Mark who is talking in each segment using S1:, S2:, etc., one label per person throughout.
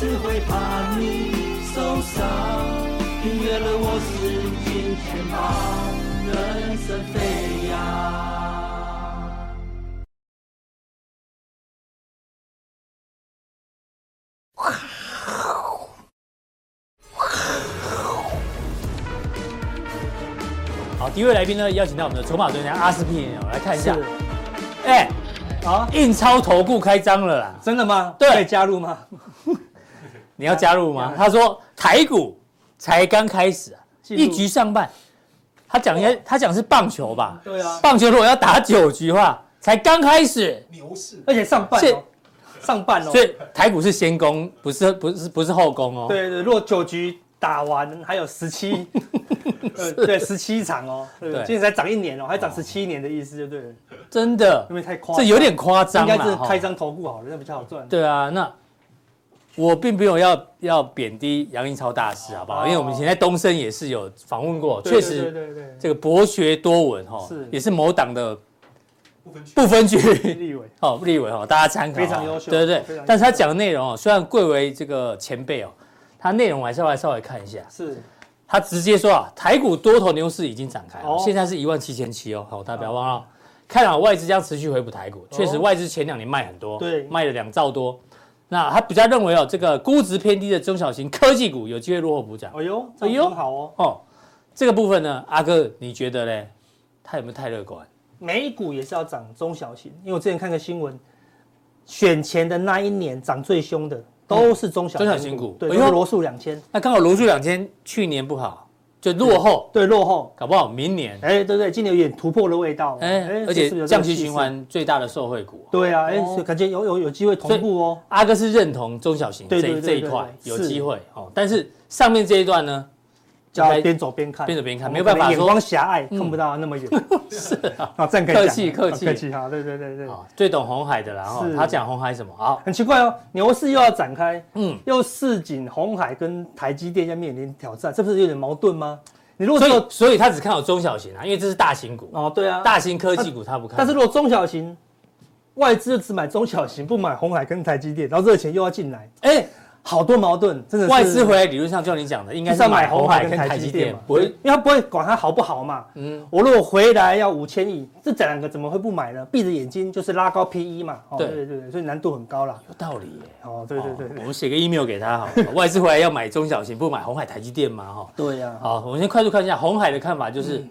S1: 只会怕你受伤。订阅了我是金钱豹，人生飞扬。
S2: 好，第一位来宾呢，邀请到我们的筹码专家阿司匹林哦，来看一下。哎、
S3: 啊，
S2: 印钞投顾开张了啦，
S3: 真的吗？
S2: 对
S3: 可以加入吗？
S2: 你要加入吗？他说台股才刚开始啊，
S3: 进入
S2: 一局上半。他讲应该，他讲是棒球吧？
S3: 对啊
S2: 棒球如果要打九局的话，才刚开始，
S4: 牛市，
S3: 而且上半
S2: 是
S3: 哦，上半哦，
S2: 所以台股是先攻，不是不是不是后攻哦。，
S3: 对对，如果九局打完还有十七，呃，对，十七场哦，对不
S2: 对
S3: 对？今天才涨一年哦，还涨十七年的意思就对了，
S2: 真的
S3: 因，为太夸张，
S2: 这有点夸张
S3: 应
S2: 了。
S3: 该是
S2: 哈
S3: 开张投顾好了，那比较好赚。
S2: 对啊，那我并没有要要贬低杨英超大师，好不好？
S3: 哦
S2: 因为我们以前在东升也是有访问过，
S3: 对，
S2: 确
S3: 对
S2: 实
S3: 对对对，
S2: 这个博学多闻哈
S3: 是，
S2: 也是某党的
S4: 不分区，
S2: 不分
S3: 这
S2: 区
S3: 立委
S2: 哦，立委哦，大家参考哦，
S3: 非常优秀
S2: 对对
S3: 非
S2: 对
S3: 常优秀。
S2: 但是他讲的内容哦，虽然贵为这个前辈哦，他内容我还是要来稍微看一下。
S3: 是
S2: 他直接说啊，台股多头牛市已经展开了，
S3: 哦
S2: 现在是一万七千七哦，好，大家不要忘了哦，看好外资将持续回补台股，确实外资前两年卖很多，
S3: 哦对
S2: 卖了两兆多。那他比较认为哦，这个估值偏低的中小型科技股有机会落后补涨
S3: 哎呦，
S2: 哎
S3: 哎
S2: 呦
S3: 呦，好哦，
S2: 哦。这个部分呢，阿哥你觉得嘞？他有没有太乐观？
S3: 美股也是要涨中小型，因为我之前看个新闻，选前的那一年涨最凶的都是中小
S2: 中小型股
S3: 对，
S2: 哎
S3: 因
S2: 呦
S3: 为罗素两千，
S2: 那刚好罗素两千去年不好，就落后，
S3: 对，落后，
S2: 搞不好明年
S3: 哎，对对，今年有点突破的味道，
S2: 哎、而
S3: 这
S2: 且
S3: 是不是有这个
S2: 降息
S3: 趋势
S2: 循，环最大的受惠股哦，
S3: 对啊，哎，
S2: 哦
S3: 所以感觉有有有机会
S2: 所以
S3: 同步哦，
S2: 阿哥是认同中小型这
S3: 对对对
S2: 这一
S3: 对
S2: 块有
S3: 是
S2: 机会哦，但是上面这一段呢，
S3: 就要
S2: 应该
S3: 边走边看，
S2: 边走边看
S3: 我们
S2: 没有办法
S3: 可能眼
S2: 说嗯
S3: 光狭隘，看不到 那么远。 是啊，这样可以
S2: 客
S3: 讲
S2: 气
S3: 啊
S2: 客气
S3: 客气哈，对对对对。
S2: 啊，最懂红海的啦，哦
S3: 是
S2: 他讲红海什么？好，
S3: 很奇怪哦，牛市又要展开，
S2: 嗯，
S3: 又市井红海跟台积电要面临挑战，这不是有点矛盾吗？你如果
S2: 所
S3: 说
S2: 以所以他只看好中小型啊，因为这是大型股，
S3: 哦，对啊，
S2: 大型科技股他不看。
S3: 但是如果中小型，外资就只买中小型，不买红海跟台积电，然后这个钱又要进来，
S2: 哎，
S3: 好多矛盾，真的是
S2: 外资回来理论上就像你讲的，应该
S3: 就
S2: 是
S3: 是要
S2: 买
S3: 买
S2: 红
S3: 红
S2: 海
S3: 海
S2: 跟
S3: 跟
S2: 台
S3: 台
S2: 积
S3: 积
S2: 电
S3: 电嘛，，
S2: 不会，
S3: 因为他不会管它好不好嘛。
S2: 嗯，
S3: 我如果回来要五千亿，这两个怎么会不买呢？闭着眼睛就是拉高 PE 嘛。哦，
S2: 对
S3: 对对对，所以难度很高啦。
S2: 有道理耶。
S3: 哦，对对对
S2: 哦
S3: 对
S2: 我，们写个 email 给他好 了，外资回来要买中小型，不买红海、台积电嘛，哈。
S3: 对啊呀。
S2: 好，我们先快速看一下红海的看法，就是
S3: 嗯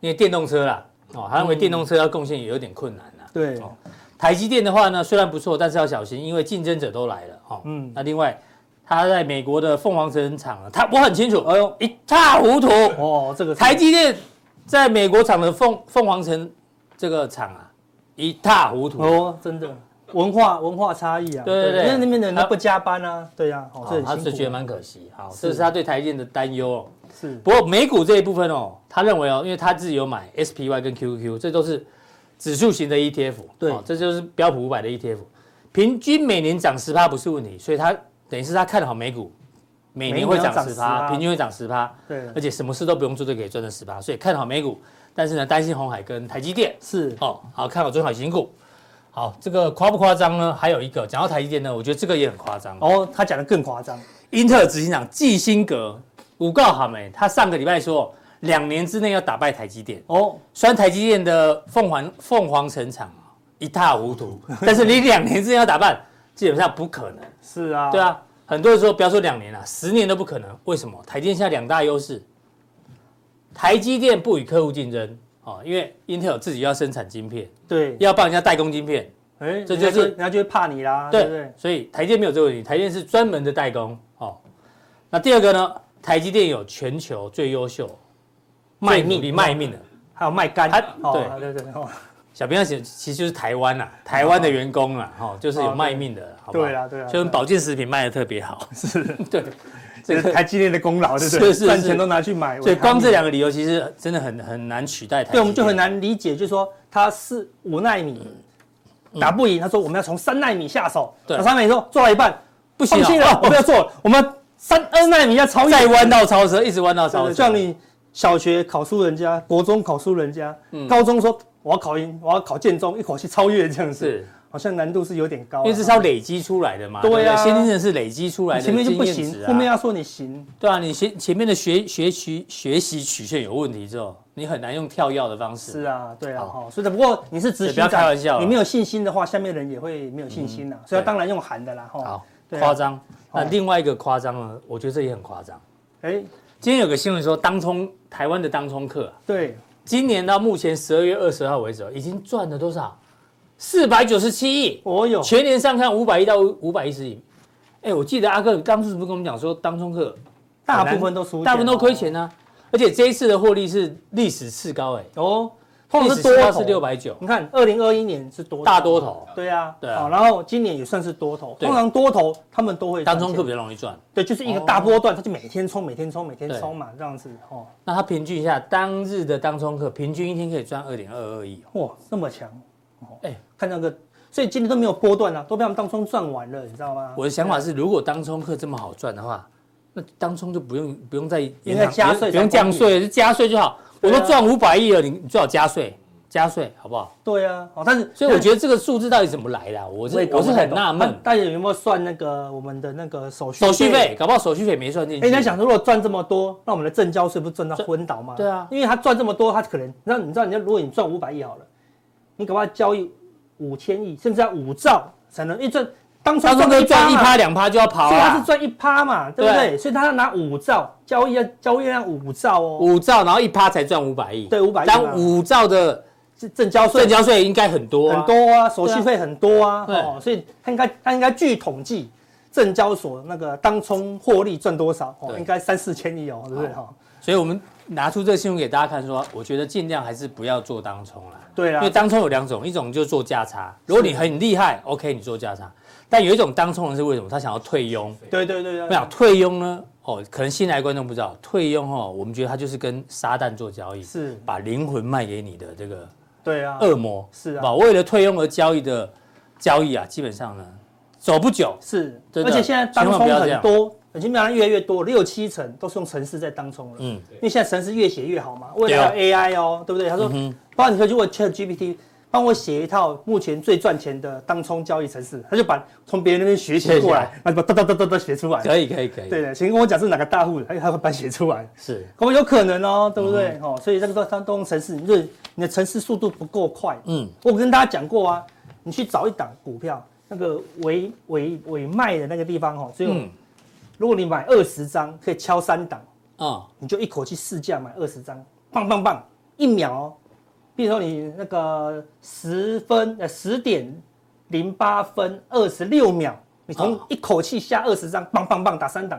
S2: 因为电动车啦，哦，他认为电动车要贡献也有点困难啦。
S3: 对，
S2: 哦台积电的话呢，虽然不错，但是要小心，因为竞争者都来了哈。嗯
S3: 嗯，
S2: 那另外，他在美国的凤凰城厂啊，他我很清楚，哎呦，一塌糊涂。
S3: 哦，这个是
S2: 台积电在美国厂的凤凤凰城这个厂啊，一塌糊涂。哦，
S3: 哦，真的文化文化差异啊。
S2: 对对对
S3: 因为那边的人
S2: 他
S3: 都不加班啊。对呀，哦，这
S2: 他
S3: 很
S2: 是觉得
S3: 辛苦啊。
S2: 蛮可惜。好，
S3: 是
S2: 这是他对台积电的担忧哦。
S3: 是
S2: 不过美股这一部分哦，他认为哦，因为他自己有买 SPY 跟 QQQ，这都是指数型的 ETF，
S3: 对
S2: 哦这就是标普五百的 ETF，平均每年涨十趴不是问题，所以他等于是他看好美股，每年会涨十
S3: 每年要
S2: 趴，
S3: 涨10%
S2: 平均会涨十趴，
S3: 对
S2: 而且什么事都不用做就可以赚到十趴，所以看好美股，但是呢担心红海跟台积电，
S3: 是
S2: 哦，好看好中小型股，好这个夸不夸张呢？还有一个讲到台积电呢，我觉得这个也很夸张，
S3: 哦，他讲的更夸张。
S2: 英特尔执行长基辛格五告好没？他上个礼拜说，两年之内要打败台积电。
S3: 哦，
S2: 虽然台积电的凤凰凤凰城厂啊一塌糊涂，但是你两年之内要打败，基本上不可能。
S3: 是啊，
S2: 对，啊，很多时候不要说两年了、十年都不可能。为什么？台积电现在两大优势，台积电不与客户竞争啊、哦，因为英特尔自己要生产晶片，
S3: 对，
S2: 要帮人家代工晶片，
S3: 哎，
S2: 这
S3: 人家
S2: 就是
S3: 人家就会怕你啦，对
S2: 啊对
S3: 不对？
S2: 所以台积电没有这个问题，台积电是专门的代工哦。那第二个呢，台积电有全球最优秀
S3: 卖命哦
S2: 最努力卖命的，
S3: 还有卖干
S2: 他，
S3: 哦，对对对，哦
S2: 小编要写其实就是台湾啦，台湾的员工啦，哈、哦，就是有卖命的啦，好不好？
S3: 哦对啊啦对啦
S2: 就跟保健食品卖的特别好，是， 对，
S3: 这
S2: 这
S3: 是
S2: 个。
S3: 台积电的功劳，对不对？
S2: 是是是
S3: 赚钱都拿去买，
S2: 所以光这
S3: 两。
S2: 两个理由，其实真的很很难取代台积电。
S3: 对，我们就很难理解，就是说他是五纳米打不赢，他说我们要从三纳米下手，
S2: 对
S3: 那三纳米说做到一半
S2: 不
S3: 放
S2: 行
S3: 弃了
S2: 啊，，
S3: 我们要做了，我们三二纳米要超越，
S2: 再弯道超车，一直弯道
S3: 对
S2: 超
S3: 对
S2: 车，
S3: 像你小学考输人家，嗯国中考输人家，高中说我要考赢，我要考建中，一口气超越这样子，
S2: 是
S3: 啊好像难度是有点高啊、
S2: 因为这是要累积出来的嘛。
S3: 对啊
S2: 不先进的是累积出来
S3: 你
S2: 的
S3: 前面就不
S2: 经验值
S3: 行，
S2: 啊
S3: 后面要说你行，
S2: 对啊，你前前面的学学习学习曲线有问题之后，你很难用跳跃的方式。
S3: 是啊，对啊，
S2: 好
S3: 哈，所以只不过你是执
S2: 对不要
S3: 行
S2: 开玩笑啊
S3: 长，你没有信心的话，下面的人也会没有信心呐、所以当然用喊的啦，哈。
S2: 好，
S3: 对啊
S2: 夸张。那
S3: 哦
S2: 另外一个夸张呢，我觉得这也很夸张。
S3: 哎，
S2: 今天有个新闻说，当冲台湾的当冲客、啊，
S3: 对，
S2: 今年到目前十二月二十号为止哦，已经赚了多少？四百九十七亿，
S3: 我有，
S2: 全年上看五百亿到五百一十亿。哎，我记得阿哥当初是不是跟我们讲说，当冲客
S3: 大部分都输钱，
S2: 大部分都亏钱啊，而且这一次的获利是历史次高，哎，
S3: 哦。通
S2: 历
S3: 常
S2: 史
S3: 是
S2: 次
S3: 多
S2: 高
S3: 头
S2: 是六，百九，
S3: 你看二零二一年是多
S2: 大多头，
S3: 对啊，
S2: 对啊
S3: 好然后今年也算是多头，
S2: 对
S3: 通常多头他们都会
S2: 当中
S3: 赚
S2: 特
S3: 钱
S2: 别容易赚。
S3: 对，就是一个大波段，他就每天冲，每天冲，每天冲嘛，这样子哦，
S2: 那他平均一下，当日的当冲客平均一天可以赚二点二二亿哦。
S3: 哇，这么强，
S2: 哎、
S3: 看那个，所以今天都没有波段啊，都被他们当中赚完了，你知道吗？
S2: 我的想法是，如果当冲客这么好赚的话，那当冲就不用不用再
S3: 应该加税
S2: 不用
S3: 才公
S2: 降
S3: 平
S2: 税，就加税就好。我
S3: 对啊
S2: 都赚五百亿了，你你最好加税，加税好不好？
S3: 对啊，哦，但是
S2: 所以我觉得这个数字到底怎么来的啊、我是
S3: 也搞
S2: 我
S3: 不
S2: 是
S3: 太
S2: 很
S3: 懂
S2: 纳闷
S3: 那，大家有没有算那个我们的那个手续
S2: 手续？费搞不好手续费没算进去。
S3: 哎，你在想，如果赚这么多，那我们的正交税不是赚到
S2: 赚
S3: 昏倒吗？
S2: 对啊
S3: 因为他赚这么多，他可能，那你知道，你知道如果你赚五百亿好了，你搞不好交易五千亿，甚至要五兆才能，因为赚当初
S2: 当冲
S3: 赚个
S2: 客赚
S3: 一
S2: 一
S3: 趴嘛
S2: 趴两趴就要跑啊
S3: 所以他
S2: 了
S3: 是，赚一趴嘛，对不
S2: 对
S3: 对？所以他要拿五兆交易要交易量五兆哦，
S2: 五兆，然后一趴才赚五百亿。
S3: 对500亿嘛
S2: 当五兆的
S3: 是正交税
S2: 正交税应该很多、啊，
S3: 很多啊，手续费很多啊，
S2: 对
S3: 哦，所以他应该他应该据统计，证交所那个当冲获利赚多少哦，
S2: 对
S3: 应该三四千亿哦，对不对哈？
S2: 所以我们拿出这个新闻给大家看说我觉得尽量还是不要做当冲啦，
S3: 对
S2: 因
S3: 啊
S2: 为，当冲有两种，一种就是做价差，如果你很厉害，OK，你做价差，但有一种当冲人是为什么？他想要退佣。
S3: 对对对
S2: 我
S3: 对，
S2: 想退佣呢，哦，可能新来的观众不知道，退佣哦，我们觉得他就是跟撒旦做交易，
S3: 是，
S2: 把灵魂卖给你的这个
S3: 对啊，
S2: 恶魔，
S3: 是啊
S2: 吧？为了退佣而交易的交易啊，基本上呢走不久，
S3: 是，
S2: 真的
S3: 而且现在当
S2: 千万
S3: 冲
S2: 不要这
S3: 很
S2: 样
S3: 多，已经慢慢越来越多，六七成都是用城市在当冲了。
S2: 嗯，啊
S3: 因为现在程式越写越好嘛，未来有 AI 哦，对不对？他说，
S2: 嗯
S3: 包括你可以去问 ChatGPT，帮我写一套目前最赚钱的当冲交易程式，他就把从别人那边学习过来，然后哒哒哒哒哒写出来。
S2: 可以可以可以，
S3: 对的，请跟我讲是哪个大户，他他会把它写出来，
S2: 是，
S3: 我有可能哦，对不
S2: 嗯
S3: 对？哦，所以这个都他都用程式，你就是你的程式速度不够快。
S2: 嗯，
S3: 我跟大家讲过啊，你去找一档股票，那个尾尾尾卖的那个地方哦，只有
S2: 嗯，
S3: 如果你买二十张，可以敲三档。
S2: 啊、
S3: 你就一口气试价买二十张，棒棒棒，一秒哦。比如说你那个十分呃十点零八分二十六秒，你从
S2: 啊
S3: 一口气下二十张，棒棒棒打三档，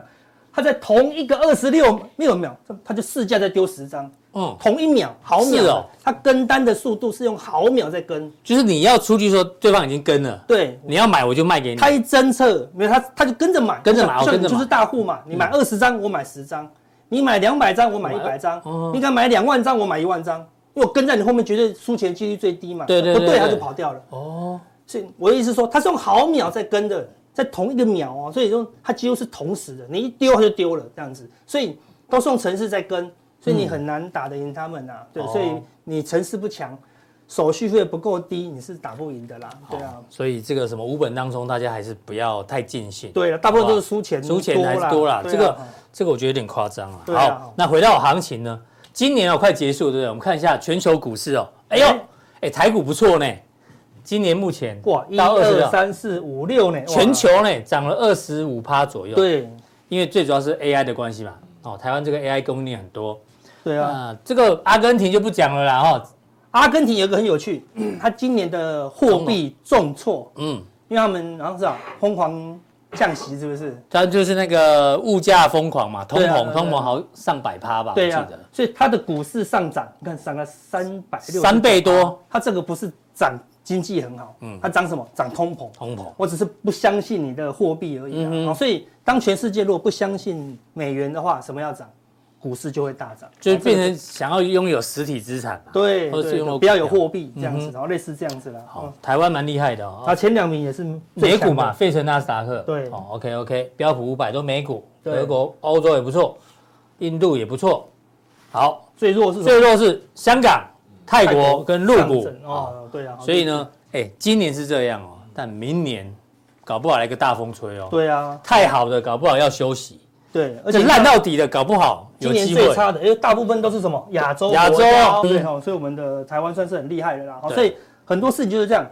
S3: 它在同一个二十六六秒，它它就试价再丢十张，
S2: 嗯，
S3: 同一秒毫秒
S2: 是
S3: 的，
S2: 哦
S3: 它跟单的速度是用毫秒在跟，
S2: 就是你要出去说对方已经跟了，
S3: 对。
S2: 你要买我就卖给你
S3: 它。一侦测，没有它，它就跟着买，
S2: 跟着买
S3: 像
S2: 哦
S3: 像
S2: 跟
S3: 你
S2: 着买嗯
S3: 就是大户嘛，你买二十张，我买十张；你买两百张，我买一百张
S2: 哦；
S3: 你敢买两万张，我买一万张。因为我跟在你后面，绝对输钱几率最低嘛。
S2: 对对对
S3: 不对，
S2: 对
S3: 他就跑掉了。
S2: 哦，
S3: 所以我的意思是说，他是用毫秒在跟的，在同一个秒哦，所以说它几乎是同时的，你一丢它就丢了这样子。所以都是用程式在跟，所以你很难打得赢他们啊。对，
S2: 哦
S3: 所以你程式不强，手续费不够低，你是打不赢的啦。对啊
S2: 好，所以这个什么五本当中，大家还是不要太尽信。
S3: 对了，大部分都是
S2: 好
S3: 输钱
S2: 吧
S3: 多
S2: 输
S3: 啦，
S2: 钱还是多啦。
S3: 对啊
S2: 这个这个我觉得有点夸张了。
S3: 对啊
S2: 好，那回到行情呢，今年哦快结束，对不对？我们看一下全球股市哦。哎呦
S3: 哎，
S2: 哎台股不错呢，今年目前
S3: 哇，一
S2: 到
S3: 二
S2: 26
S3: 三四五六呢，哇
S2: 全球呢涨了二十五趴左右。，
S3: 对
S2: 因为最主要是 AI 的关系嘛。哦，台湾这个 AI 供应链很多。
S3: 对啊。
S2: 啊，这个阿根廷就不讲了啦哦哈。
S3: 阿根廷有一个很有趣，它今年的货币重挫，
S2: 嗯。
S3: 因为他们好像是啊疯狂降息，是不是？
S2: 它就是那个物价疯狂嘛，通
S3: 对啊
S2: 膨、
S3: 对啊
S2: 通
S3: 对
S2: 膨
S3: 啊
S2: 好上百趴吧，我
S3: 对
S2: 记
S3: 啊
S2: 得。，
S3: 所以它的股市上涨，你看涨了三百六
S2: 三倍多，
S3: 它这个不是涨经济很好，嗯，它涨什么？涨通膨。
S2: 通膨
S3: 我只是不相信你的货币而已、
S2: 嗯
S3: 啊哦所以当全世界如果不相信美元的话，什么要涨，股市就会大涨，
S2: 就是
S3: 哦这个
S2: 变成想要拥有实体资产嘛。
S3: 对，啊
S2: 或者是
S3: 对
S2: 用
S3: 对
S2: 了
S3: 不要有
S2: 股票嗯
S3: 货币这样子，然后类似这样子啦。
S2: 好
S3: 好，，
S2: 哦台湾蛮厉害的
S3: 然后
S2: 哦，
S3: 前两名也是最
S2: 美
S3: 强
S2: 股
S3: 的
S2: 嘛，，费城、纳斯达克，
S3: 对
S2: 哦，OK OK，标普五百都美股，
S3: 对
S2: 德国、欧洲也不错，印度也不错。好，
S3: 最弱是什么
S2: 最弱是香港、泰
S3: 嗯泰
S2: 国跟陆
S3: 上
S2: 股
S3: 证
S2: 哦，
S3: 哦，对啊。
S2: 所以呢，哎，今年是这样哦，但明年搞不好来个大风吹哦。
S3: 对啊，
S2: 太好的搞不好要休息，
S3: 对，而
S2: 而且
S3: 且
S2: 烂到底的搞不好有
S3: 今年
S2: 机
S3: 最
S2: 会。
S3: 差的，因为大部分都是什么亚洲
S2: 亚洲
S3: 国家
S2: 嗯
S3: 对哦，所以我们的台湾算是很厉害的啦。哦
S2: 对
S3: 所以很多事情就是这样，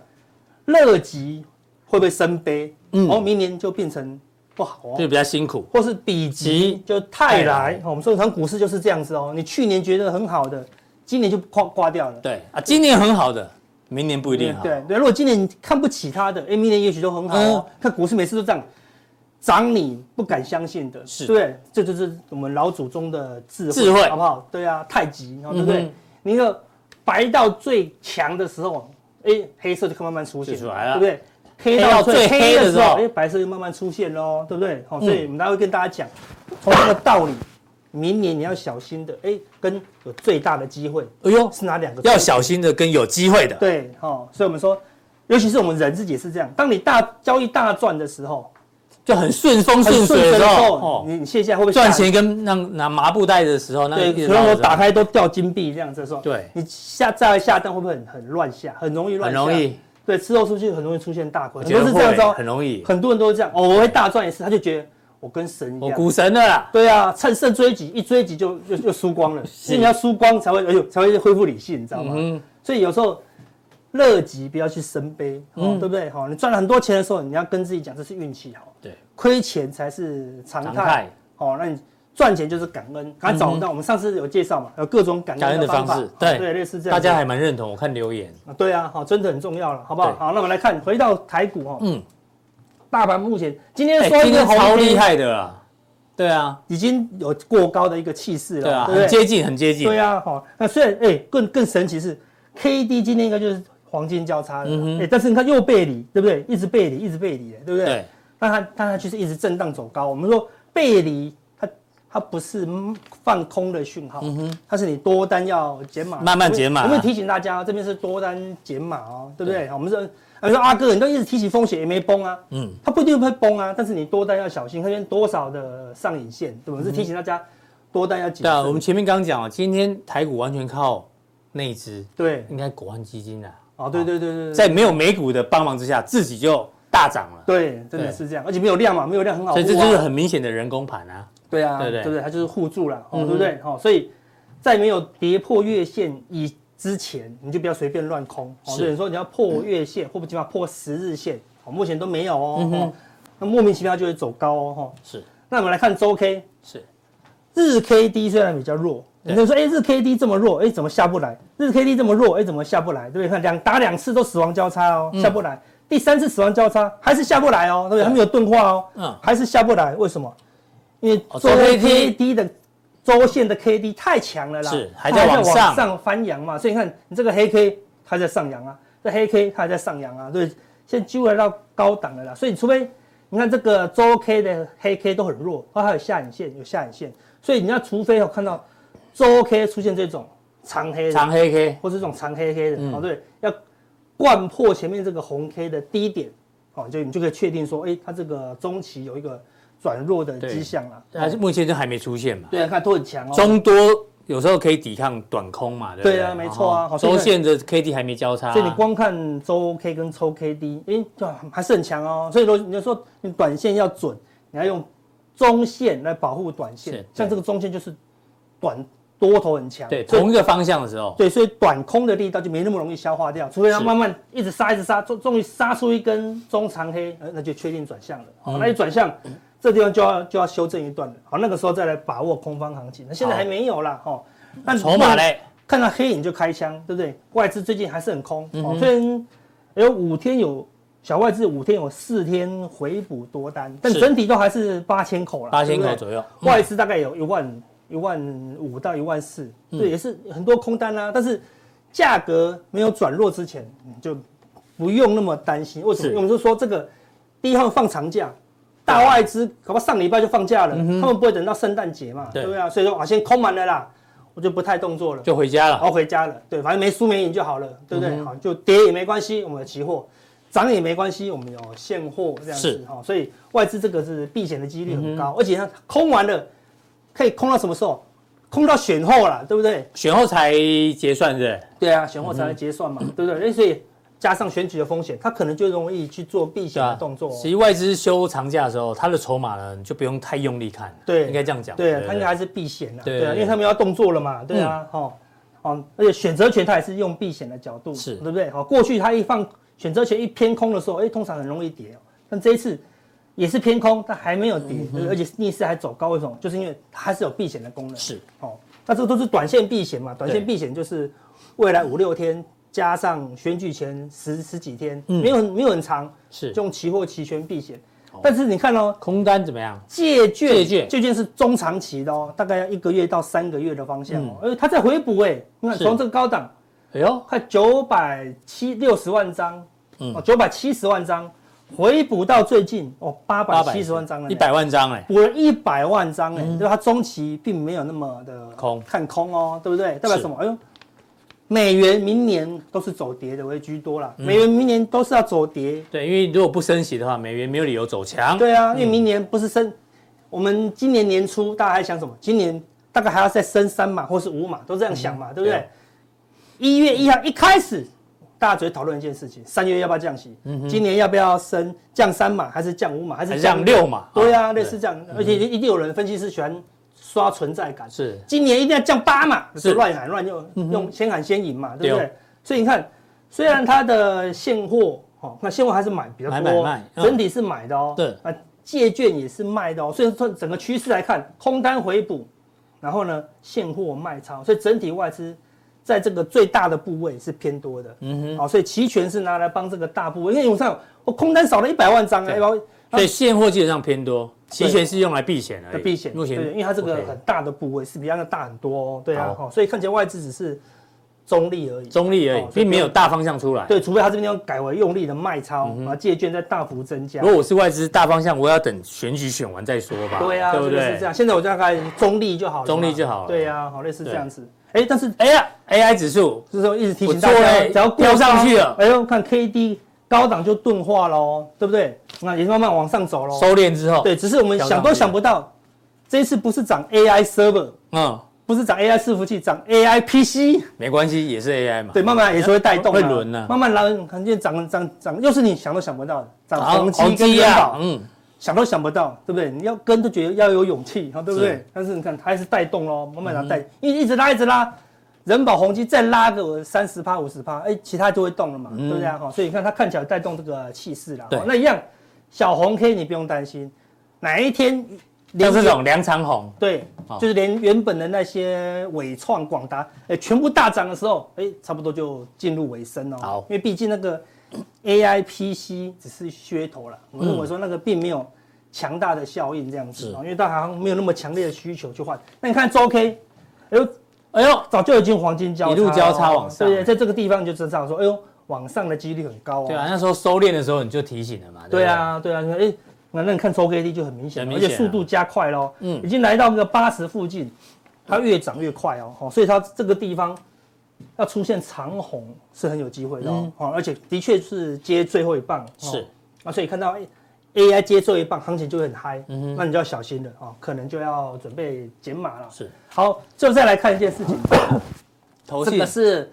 S3: 乐极会被生悲，
S2: 嗯
S3: 然后明年就变成不好哦
S2: 就。比较辛苦。
S3: 或是比
S2: 急
S3: 极就泰
S2: 泰
S3: 来
S2: 来，
S3: 哦我们说常股市就是这样子哦。你去年觉得很好的，今年就挂挂掉了。
S2: 对啊，今年很好的，明年不一定啊好。
S3: 对对，如果今年你看不起他的，哎，明年也许都很好
S2: 嗯
S3: 哦。看股市每次都这样，涨你不敢相信的，
S2: 是
S3: 对，这就是我们老祖宗的智慧，
S2: 智慧
S3: 好不好？对啊，太极，哦对不
S2: 嗯哼
S3: 对？你那个白到最强的时候，哎，黑色就慢慢出现，
S2: 就出来了
S3: 对不对？黑
S2: 黑到
S3: 到
S2: 最
S3: 最
S2: 黑
S3: 黑
S2: 的
S3: 的
S2: 时
S3: 时
S2: 候
S3: 候，哎，白色就慢慢出现喽，对不对？哦好，所
S2: 嗯
S3: 以我们大家会跟大家讲，从这个道理，明年你要小心的，哎，跟有最大的机会
S2: 哎呦，
S3: 是哪两个？
S2: 要小心的跟有机会的。
S3: 对，哦，所以我们说，尤其是我们人自己也是这样，当你大交易大赚的时候，
S2: 就很顺风
S3: 很
S2: 顺
S3: 顺
S2: 水的
S3: 水的
S2: 时
S3: 时
S2: 候，
S3: 候，
S2: 哦
S3: 你你卸下来会不会
S2: 赚
S3: 吓
S2: 钱
S3: 一
S2: 跟那拿麻布袋的时候，那
S3: 跳？
S2: 一直
S3: 对，所以我
S2: 拿着
S3: 打开都掉金币这样子的时候，
S2: 对
S3: 你下再下单会不会很很乱下？很容易乱
S2: 很
S3: 下，
S2: 容易，
S3: 对，之后出去很容易出现大亏，
S2: 我
S3: 很
S2: 觉
S3: 多
S2: 得
S3: 是这样子
S2: 会
S3: 哦，
S2: 很容易。
S3: 很多人都是这样，哦，我会大赚一次，他就觉得我跟神一
S2: 我哦
S3: 样。
S2: 股神了啦，
S3: 对啊，趁胜追击，一追击就就就输光了，因为你要输光才会，哎呦，才会恢复理性，你知道吗？
S2: 嗯，
S3: 所以有时候乐极不要去生悲，哦
S2: 嗯，
S3: 对不对？哈，你赚了很多钱的时候，你要跟自己讲这是运气好，
S2: 对，
S3: 亏钱才是常
S2: 常
S3: 态
S2: 态。嗯
S3: 哦，那你赚钱就是感恩，赶快找到我们上次有介绍嘛，有各种感
S2: 感
S3: 恩
S2: 恩
S3: 的
S2: 的
S3: 方
S2: 方
S3: 法
S2: 式，，
S3: 哦对，类似这样
S2: 大
S3: 子。
S2: 家还蛮认同。我看留言，
S3: 啊对啊，好，真的很重要了，好不好？
S2: 对
S3: 好，那我们来看，回到台股哈，
S2: 嗯，
S3: 大盘目前今天
S2: 哎
S3: 说一
S2: 今
S3: 个
S2: 天
S3: 红
S2: 超厉
S3: 天，
S2: 害的啦，对啊，
S3: 已经有过高的一个气势了，
S2: 对啊，
S3: 不
S2: 很接近，很接近
S3: 对，啊，好、那虽然哎、更更神奇是，K D 今天应该就是黄金交叉的啦，哎、
S2: 嗯哼
S3: 但是你看又背离，对不对？一直背离，一直背离，哎对不对？
S2: 对，
S3: 但它但它就是一直震荡走高。我们说背离，它它不是放空的讯号，它是你多单要减码，
S2: 嗯慢慢减码
S3: 我们我们提醒大家，这边是多单减码哦，对不对？好我们说，我们说阿哥，你都一直提起风险也没崩啊，
S2: 嗯，
S3: 它不一定会崩啊，但是你多单要小心，看见多少的上影线，对吧？是提醒大家多单要谨
S2: 对
S3: 慎。
S2: 啊，我们前面刚讲哦，今天台股完全靠内资，
S3: 对。
S2: 应该国安基金啊，
S3: 哦，对对对对，对
S2: 在没有美股的帮忙之下，自己就大涨了，
S3: 对，真
S2: 对
S3: 的是这样，而且没有量嘛，没有量很好护
S2: 所
S3: 啊，
S2: 以这就是很明显的人工盘啊，
S3: 对啊，
S2: 对
S3: 对
S2: 对
S3: 不对？它就是互助了，哦，
S2: 嗯
S3: 对不对？哦，所以在没有跌破月线以之前，你就不要随便乱空。哦，
S2: 是
S3: 所以说你要破月线，或不起码破十日线，哦，目前都没有哦
S2: 嗯哼
S3: 哦，那莫名其妙就会走高哦，哈。
S2: 是
S3: 那我们来看周 K，
S2: 是，
S3: 日 K D 虽然比较弱，
S2: 对
S3: 你就说，哎，日 K D 这么弱，哎，怎么下不来？日 K D 这么弱，哎，怎么下不来？对不对？看两打两次都死亡交
S2: 嗯
S3: 叉哦，下不来。第三次死亡交叉还是下不来哦，对不对？还没有钝化哦，
S2: 嗯
S3: 还是下不来。为什么？因为
S2: 哦
S3: 周
S2: 周
S3: K D 的周线的 K D 太强了啦，
S2: 是
S3: 它
S2: 还
S3: 还
S2: 在
S3: 在
S2: 往
S3: 往
S2: 上
S3: 上翻扬嘛，所以你看你这个黑 K 它在上扬啊，这黑 K 它还在上扬啊，对，现在几乎来到高档了啦，所以除非你看这个周 K 的黑 K 都很弱，它还有下影线，有下影线，所以你要除非有看到周 K 出现这种长黑的，
S2: 长黑 K，
S3: 或是这种长黑黑的，
S2: 嗯
S3: 哦对，要灌破前面这个红 K 的低点，哦就你就可以确定说，哎、它这个中期有一个转弱的迹象了。
S2: 但是目前就还没出现嘛，
S3: 对啊，看都很强哦。
S2: 中多有时候可以抵抗短空嘛，对不对？
S3: 对啊没错啊
S2: 然后
S3: 好所以
S2: 周
S3: 你
S2: 线的 K D 还没交叉啊，
S3: 所以你光看周 K 跟周 K D，哎、就还是很强哦。所以说，你就说你短线要准，你要用中线来保护短
S2: 是
S3: 线
S2: 对。
S3: 像这个中线就是短多头很强，
S2: 对
S3: 所以
S2: 同一个方向的时候，
S3: 对，所以短空的力道就没那么容易消化掉，除非它
S2: 是
S3: 慢慢一直杀，一直杀，终终于杀出一根中长黑，呃那就确定转向了。
S2: 嗯
S3: 好，那一转向，这地方就要就要修正一段了。好，那个时候再来把握空方行情。那现在
S2: 好
S3: 还没有啦，哦，那
S2: 嗯筹码嘞，
S3: 看到黑影就开枪，对不对？外资最近还是很空，
S2: 嗯
S3: 哦，虽然有五天有小外资五天有四天回补多单，但
S2: 是
S3: 整体都还是八千口了，
S2: 八千
S3: 对不
S2: 口
S3: 对
S2: 左右，嗯
S3: 外资大概有一万一万五到一万四，
S2: 嗯
S3: 对，也是很多空单啦、但是价格没有转弱之前，你就不用那么担心。为什么？
S2: 是
S3: 因为我们就说这个第一号放长假，大外资搞不好上礼拜就放假了，他们不会等到圣诞节嘛，
S2: 嗯对
S3: 对不对啊？所以说啊，先空满了啦，我就不太动作了。
S2: 就回家
S3: 然
S2: 了。
S3: 后回家了，对，反正没输没赢就好了，对不对？好，就跌也没关系，我们有期货；涨也没关系，我们有现货这样
S2: 是
S3: 子哈、所以外资这个是避险的几率很高，而且它空完了可以空到什么时候？空到选后啦，对不对？嗯
S2: 选后才结算是不是
S3: 对啊，选货才来结算嘛，对不对？哎所以加上选举的风险，它可能就容易去做避
S2: 对
S3: 险的
S2: 吧？
S3: 动作、哦
S2: 其。实外资休长假的时候，它的筹码呢，你就不用太用力看了，
S3: 对
S2: 应该这样讲。
S3: 对啊，
S2: 不
S3: 他应该还是避险的，
S2: 对
S3: 对啊，
S2: 对嗯
S3: 因为他们要动作了嘛，对啊，哦，哦，而且选择权他也是用避险的角度，
S2: 是
S3: 对不对？哦，过去他一放选择权一偏空的时候，哎，通常很容易跌哦，但这一次也是偏空，但还没有跌，
S2: 嗯
S3: 对而且逆势还走高，为什么？就是因为它还是有避险的功能，
S2: 是
S3: 哦，那这都是短线避险嘛，短线避险就是未来五六天加上选举前十十几天，没有很没有很长，
S2: 嗯是
S3: 就用期货期权避险，但是你看哦，
S2: 空单怎么样？
S3: 借券，
S2: 借券
S3: 借券是中长期的哦，大概要一个月到三个月的方向哦。而它在回补哎，你看
S2: 是
S3: 从这个高档
S2: 哎呦，
S3: 快九百七六十万张，哦九百七十万张回补到最近哦八百七十万张了呢，
S2: 一百万张哎，
S3: 补了一百万张哎，对吧？它中期并没有那么的
S2: 空
S3: 看空哦，对不对？代表什么？哎呦，美元明年都是走跌的为居多啦，美元明年都是要走跌，
S2: 对，因为如果不升息的话，美元没有理由走强。
S3: 对啊，因为明年不是升，我们今年年初大家还想什么？今年大概还要再升三码或是五码，都这样想嘛，对不对
S2: 嗯对？啊
S3: 一月一号一开始，大家只会讨论一件事情：三月要不要降息？今年要不要升降三码，还是降五码，还
S2: 嗯还
S3: 是
S2: 是降六嘛
S3: 对啊，
S2: 哦
S3: 类似这样，而且一定有人分析师喜欢刷存在感，
S2: 是
S3: 今年一定要降八嘛，
S2: 是嗯
S3: 就乱喊乱用，用先喊先赢嘛，对不
S2: 对
S3: 对
S2: 哦？
S3: 所以你看，虽然它的现货哦，那现货还是买比较
S2: 买
S3: 多，
S2: 买卖嗯
S3: 整体是买的哦，
S2: 对
S3: 啊，借券也是卖的哦，所以说整个趋势来看，空单回补，然后呢，现货卖超，所以整体外资在这个最大的部位是偏多的，嗯哼，好，所以期权是拿来帮这个大部位，因为我上我空单少了一百万张啊，
S2: 对
S3: 要不然
S2: 所以现货基本上偏多，期权是用来避险而
S3: 的
S2: 已。
S3: 避险，
S2: 哎目前
S3: 对，因为它这个
S2: OK
S3: 很大的部位是比它的大很多哦，对啊，
S2: 好
S3: 哦，所以看起来外资只是中立而已，
S2: 中立而已
S3: 哦，所以
S2: 并没有大方向出来。
S3: 对，除非它这边要改为用力的卖超，然后借券再大幅增加
S2: 如。果我是外资，大方向我要等选举选完再说吧。
S3: 对啊，
S2: 对不
S3: 就是
S2: 对
S3: 这？样。现在我大概中立就好了嘛，
S2: 中立就好了
S3: 对呀，好，类似这
S2: 对
S3: 样子。哎，但是
S2: 哎呀，AI 指数
S3: 就是说一直提
S2: 不
S3: 醒
S2: 错
S3: 大家，
S2: 欸
S3: 只要过
S2: 飙上
S3: 高
S2: 去了
S3: 哎呦，看 K D 高档就钝化喽，对不对？那也慢慢往上走喽。
S2: 收敛之后，
S3: 哦对，只是我们
S2: 飙上
S3: 想都
S2: 去
S3: 想不到，这一次不是涨 AI server，
S2: 嗯，
S3: 不是涨 AI 伺服器，涨 AI PC。
S2: 没关系，也是 AI 嘛。
S3: 对，慢慢也是会带动啊、
S2: 会轮啊
S3: 慢慢来，看见涨涨涨，又是你想都想不到的，涨
S2: 好，
S3: 宏基跟
S2: 基
S3: 元
S2: 啊
S3: 宝，，
S2: 嗯，
S3: 想都想不到，对不对？你要跟都觉得要有勇气，哦好，对不对
S2: 是？嗯
S3: 但是你看，它还是带动喽，慢慢来带，因为一直拉，一直拉，人保宏基再拉个三十趴、五十趴，哎，其他就会动了嘛，对不对啊？好，所以你看它看起来带动这个气势啦。
S2: 嗯对
S3: 好那一样，小红 K 你不用担心，哪一天
S2: 像
S3: 连
S2: 这种梁长虹，
S3: 对，
S2: 好
S3: 就是连原本的那些伟创、广达，哎，全部大涨的时候，哎，差不多就进入尾声哦。
S2: 好
S3: 因为毕竟那个 AI PC 只是噱头啦，我认为说那个并没有强大的效应这样
S2: 嗯
S3: 子
S2: 是
S3: 哦，因为大家好像没有那么强烈的需求去换。那你看周 K，哎呦，
S2: 哎呦，
S3: 早就已经黄金交叉了哦，
S2: 一路交叉往上
S3: 对，在这个地方就知道说，哎呦，往上的几率很高哦。
S2: 对啊，那时候收敛的时候你就提醒了嘛。
S3: 对
S2: 不，
S3: 啊，对啊，你看，哎，那那你看抽 K D 就很明显
S2: 很明
S3: 了，而
S2: 显
S3: 且
S2: 啊
S3: 速度加快喽，
S2: 嗯
S3: 已经来到那个八十附近，它越涨越快哦，哦，所以它这个地方要出现长红是很有机会的哦，哦而且的确是接最后一棒，哦
S2: 嗯是
S3: 啊，所以看到哎 AI 接最后一棒，行情就会很嗨，
S2: 嗯
S3: 那你就要小心了哦，可能就要准备减码了。
S2: 是，
S3: 好，最后再来看一件事情，
S2: 投
S3: 这
S2: 信
S3: 个是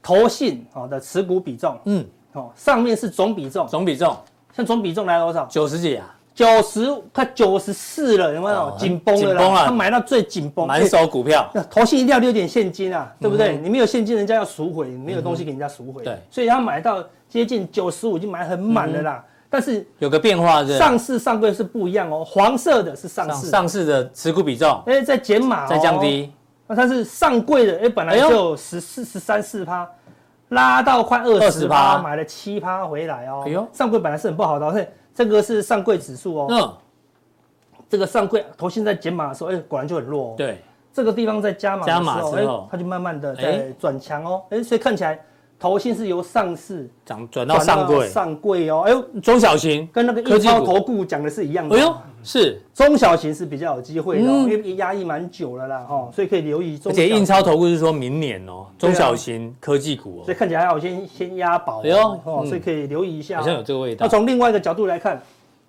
S3: 投信哦的持股比重，
S2: 嗯，
S3: 哦，上面是总比重，
S2: 总比重
S3: 像总比重来了多少？
S2: 九十几啊，
S3: 九十快九十四了，有没
S2: 哦
S3: 有？紧绷了
S2: 紧绷了
S3: 啦，他买到最紧绷，
S2: 满手嗯股票，
S3: 哎。投信一定要留点现金啊，对不对？你没有现金，人家要赎回，没有东西给人家赎回。
S2: 对
S3: 所以他买到接近九十五，已经买很满了
S2: 嗯
S3: 啦。但是
S2: 有个变化是
S3: 上市上柜是不一样哦，黄色的是上
S2: 上
S3: 市，
S2: 上市的持股比重
S3: 哎，在减码，
S2: 在降。低，
S3: 那它是上柜的，哎，本来
S2: 哎呦
S3: 就十四、十三、四趴，拉到快二十
S2: 20%
S3: 趴，买了七趴回来哦。
S2: 哎呦
S3: 上柜本来是很不好的哦，所以这个是上柜指数哦。
S2: 嗯，
S3: 这个上柜头现在减码的时候，哎、果然就很弱、哦。，
S2: 对，
S3: 这个地方在加码的时
S2: 加码
S3: 候，
S2: 之
S3: 哎、
S2: 后
S3: 它就慢慢的
S2: 哎
S3: 在转强哦。哎、所以看起来头信是由上市
S2: 涨转到上
S3: 转
S2: 柜，
S3: 上柜哦。哎呦，
S2: 中小型，
S3: 跟那个
S2: 科
S3: 一
S2: 技股
S3: 超投顾讲的是一样的。
S2: 哎呦，是，
S3: 中小型是比较有机会的、哦
S2: 嗯
S3: 因为压抑蛮久了啦，哦，所以可以留意中
S2: 而
S3: 小
S2: 且
S3: 型。
S2: 印钞投顾是说明年哦，中
S3: 对啊
S2: 小型科技股
S3: 所以
S2: 哦，
S3: 看起来还好先先压宝、哦，
S2: 哎呦
S3: 哦
S2: 嗯，
S3: 所以可以留意一下、哦。
S2: 好像有这个味
S3: 那
S2: 道，
S3: 从另外一个角度来看，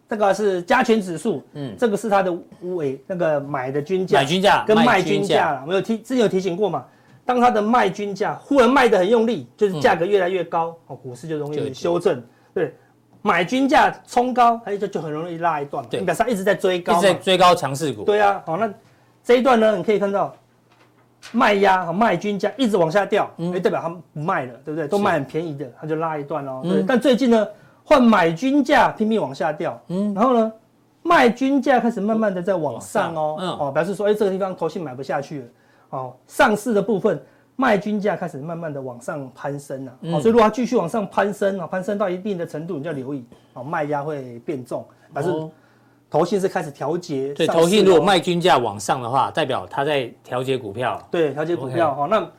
S3: 这个是加权指数，
S2: 嗯
S3: 嗯，这个是它的尾那个买的均价，
S2: 买均价
S3: 跟卖均
S2: 均价
S3: 价了，我们有提之前有提醒过嘛？当它的卖均价忽然卖得很用力，就是价格越来越高，哦，股市就容
S2: 嗯就
S3: 易修正。对，买均价冲高，哎，就就很容易拉一段嘛。
S2: 对
S3: 你表示它一直在追
S2: 一直
S3: 高
S2: 在
S3: 嘛。
S2: 追高强势股，
S3: 对啊，好，那这一段呢，你可以看到卖压和卖均价一直往下掉，
S2: 嗯
S3: 哎，代表它不卖了，对不对？都卖很便宜的，它就拉一
S2: 嗯
S3: 段喽。对，但最近呢，换买均价拼命往下掉，嗯，然后呢，卖均价开始慢慢的在往上哦，
S2: 往上嗯
S3: 哦，表示说，哎，这个地方投信买不下去了，哦，上市的部分。卖均价开始慢慢的往上攀升了、啊，
S2: 嗯
S3: 哦，所以如果它继续往上攀升啊，攀升到一定的程度，你就要留意哦，卖压会变重，表示
S2: 哦
S3: 投信是开始调节啊上市
S2: 对，
S3: 哦。
S2: 投信如果卖均价往上的话，代表它在调节股票了。
S3: 对，调节股票哦。那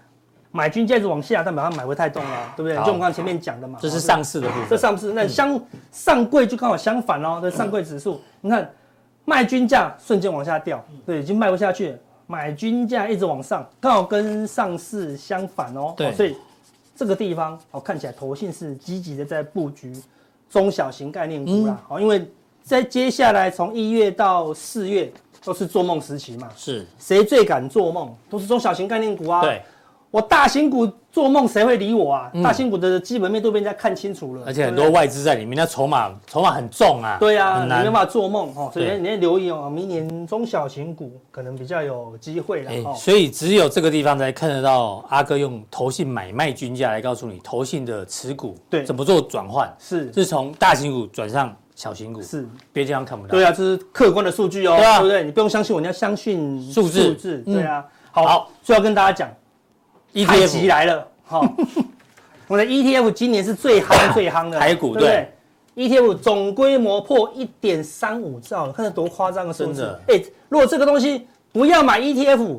S3: 买均价一直往下，但把它买回太动了，对不对？
S2: 好
S3: 就我们刚刚前面讲的嘛，
S2: 这
S3: 哦
S2: 是上嗯市的部
S3: 这
S2: 分，
S3: 上市，那相上柜就刚好相反哦。这上柜指数，你看卖均价瞬间往下掉，
S2: 嗯
S3: 对，已经卖不下去了，买均价一直往上，刚好跟上市相反哦。
S2: 对
S3: 哦所以这个地方哦，看起来投信是积极的在布局中小型概念股
S2: 嗯
S3: 啦。哦，因为在接下来从一月到四月都是做梦时期嘛，
S2: 是，
S3: 谁最敢做梦？都是中小型概念股啊。
S2: 对，嗯
S3: 我大型股做梦谁会理我啊？大型股的基本面都被人家看清楚了，
S2: 而且很
S3: 对
S2: 多
S3: 不
S2: 外资在里面，那筹码筹码很重啊，
S3: 对对啊，
S2: 很
S3: 你没
S2: 难
S3: 办。法做梦哦，所以
S2: 对
S3: 你要留意哦，明年中小型股可能比较有机会了
S2: 哎
S3: 哦。
S2: 所以只有这个地方才看得到阿哥用投信买卖均价来告诉你投信的持股
S3: 对
S2: 怎么做转换，
S3: 是
S2: 是从大型股转上小型股，
S3: 是，
S2: 别的地方看不到。
S3: 对啊，这是客观的数据哦，
S2: 对啊
S3: 对不对？你不用相信我，你要相信
S2: 数字嗯
S3: 数字，对啊。好
S2: 好，
S3: 最后跟大家讲，太极
S2: ，ETF
S3: 来了， 好，我的 ETF 今年是最夯最夯的
S2: 台股
S3: 对不对？ETF 总规模破一点三五兆，看这多夸张的数
S2: 真
S3: 字
S2: 的！
S3: 哎，如果这个东西不要买 ETF，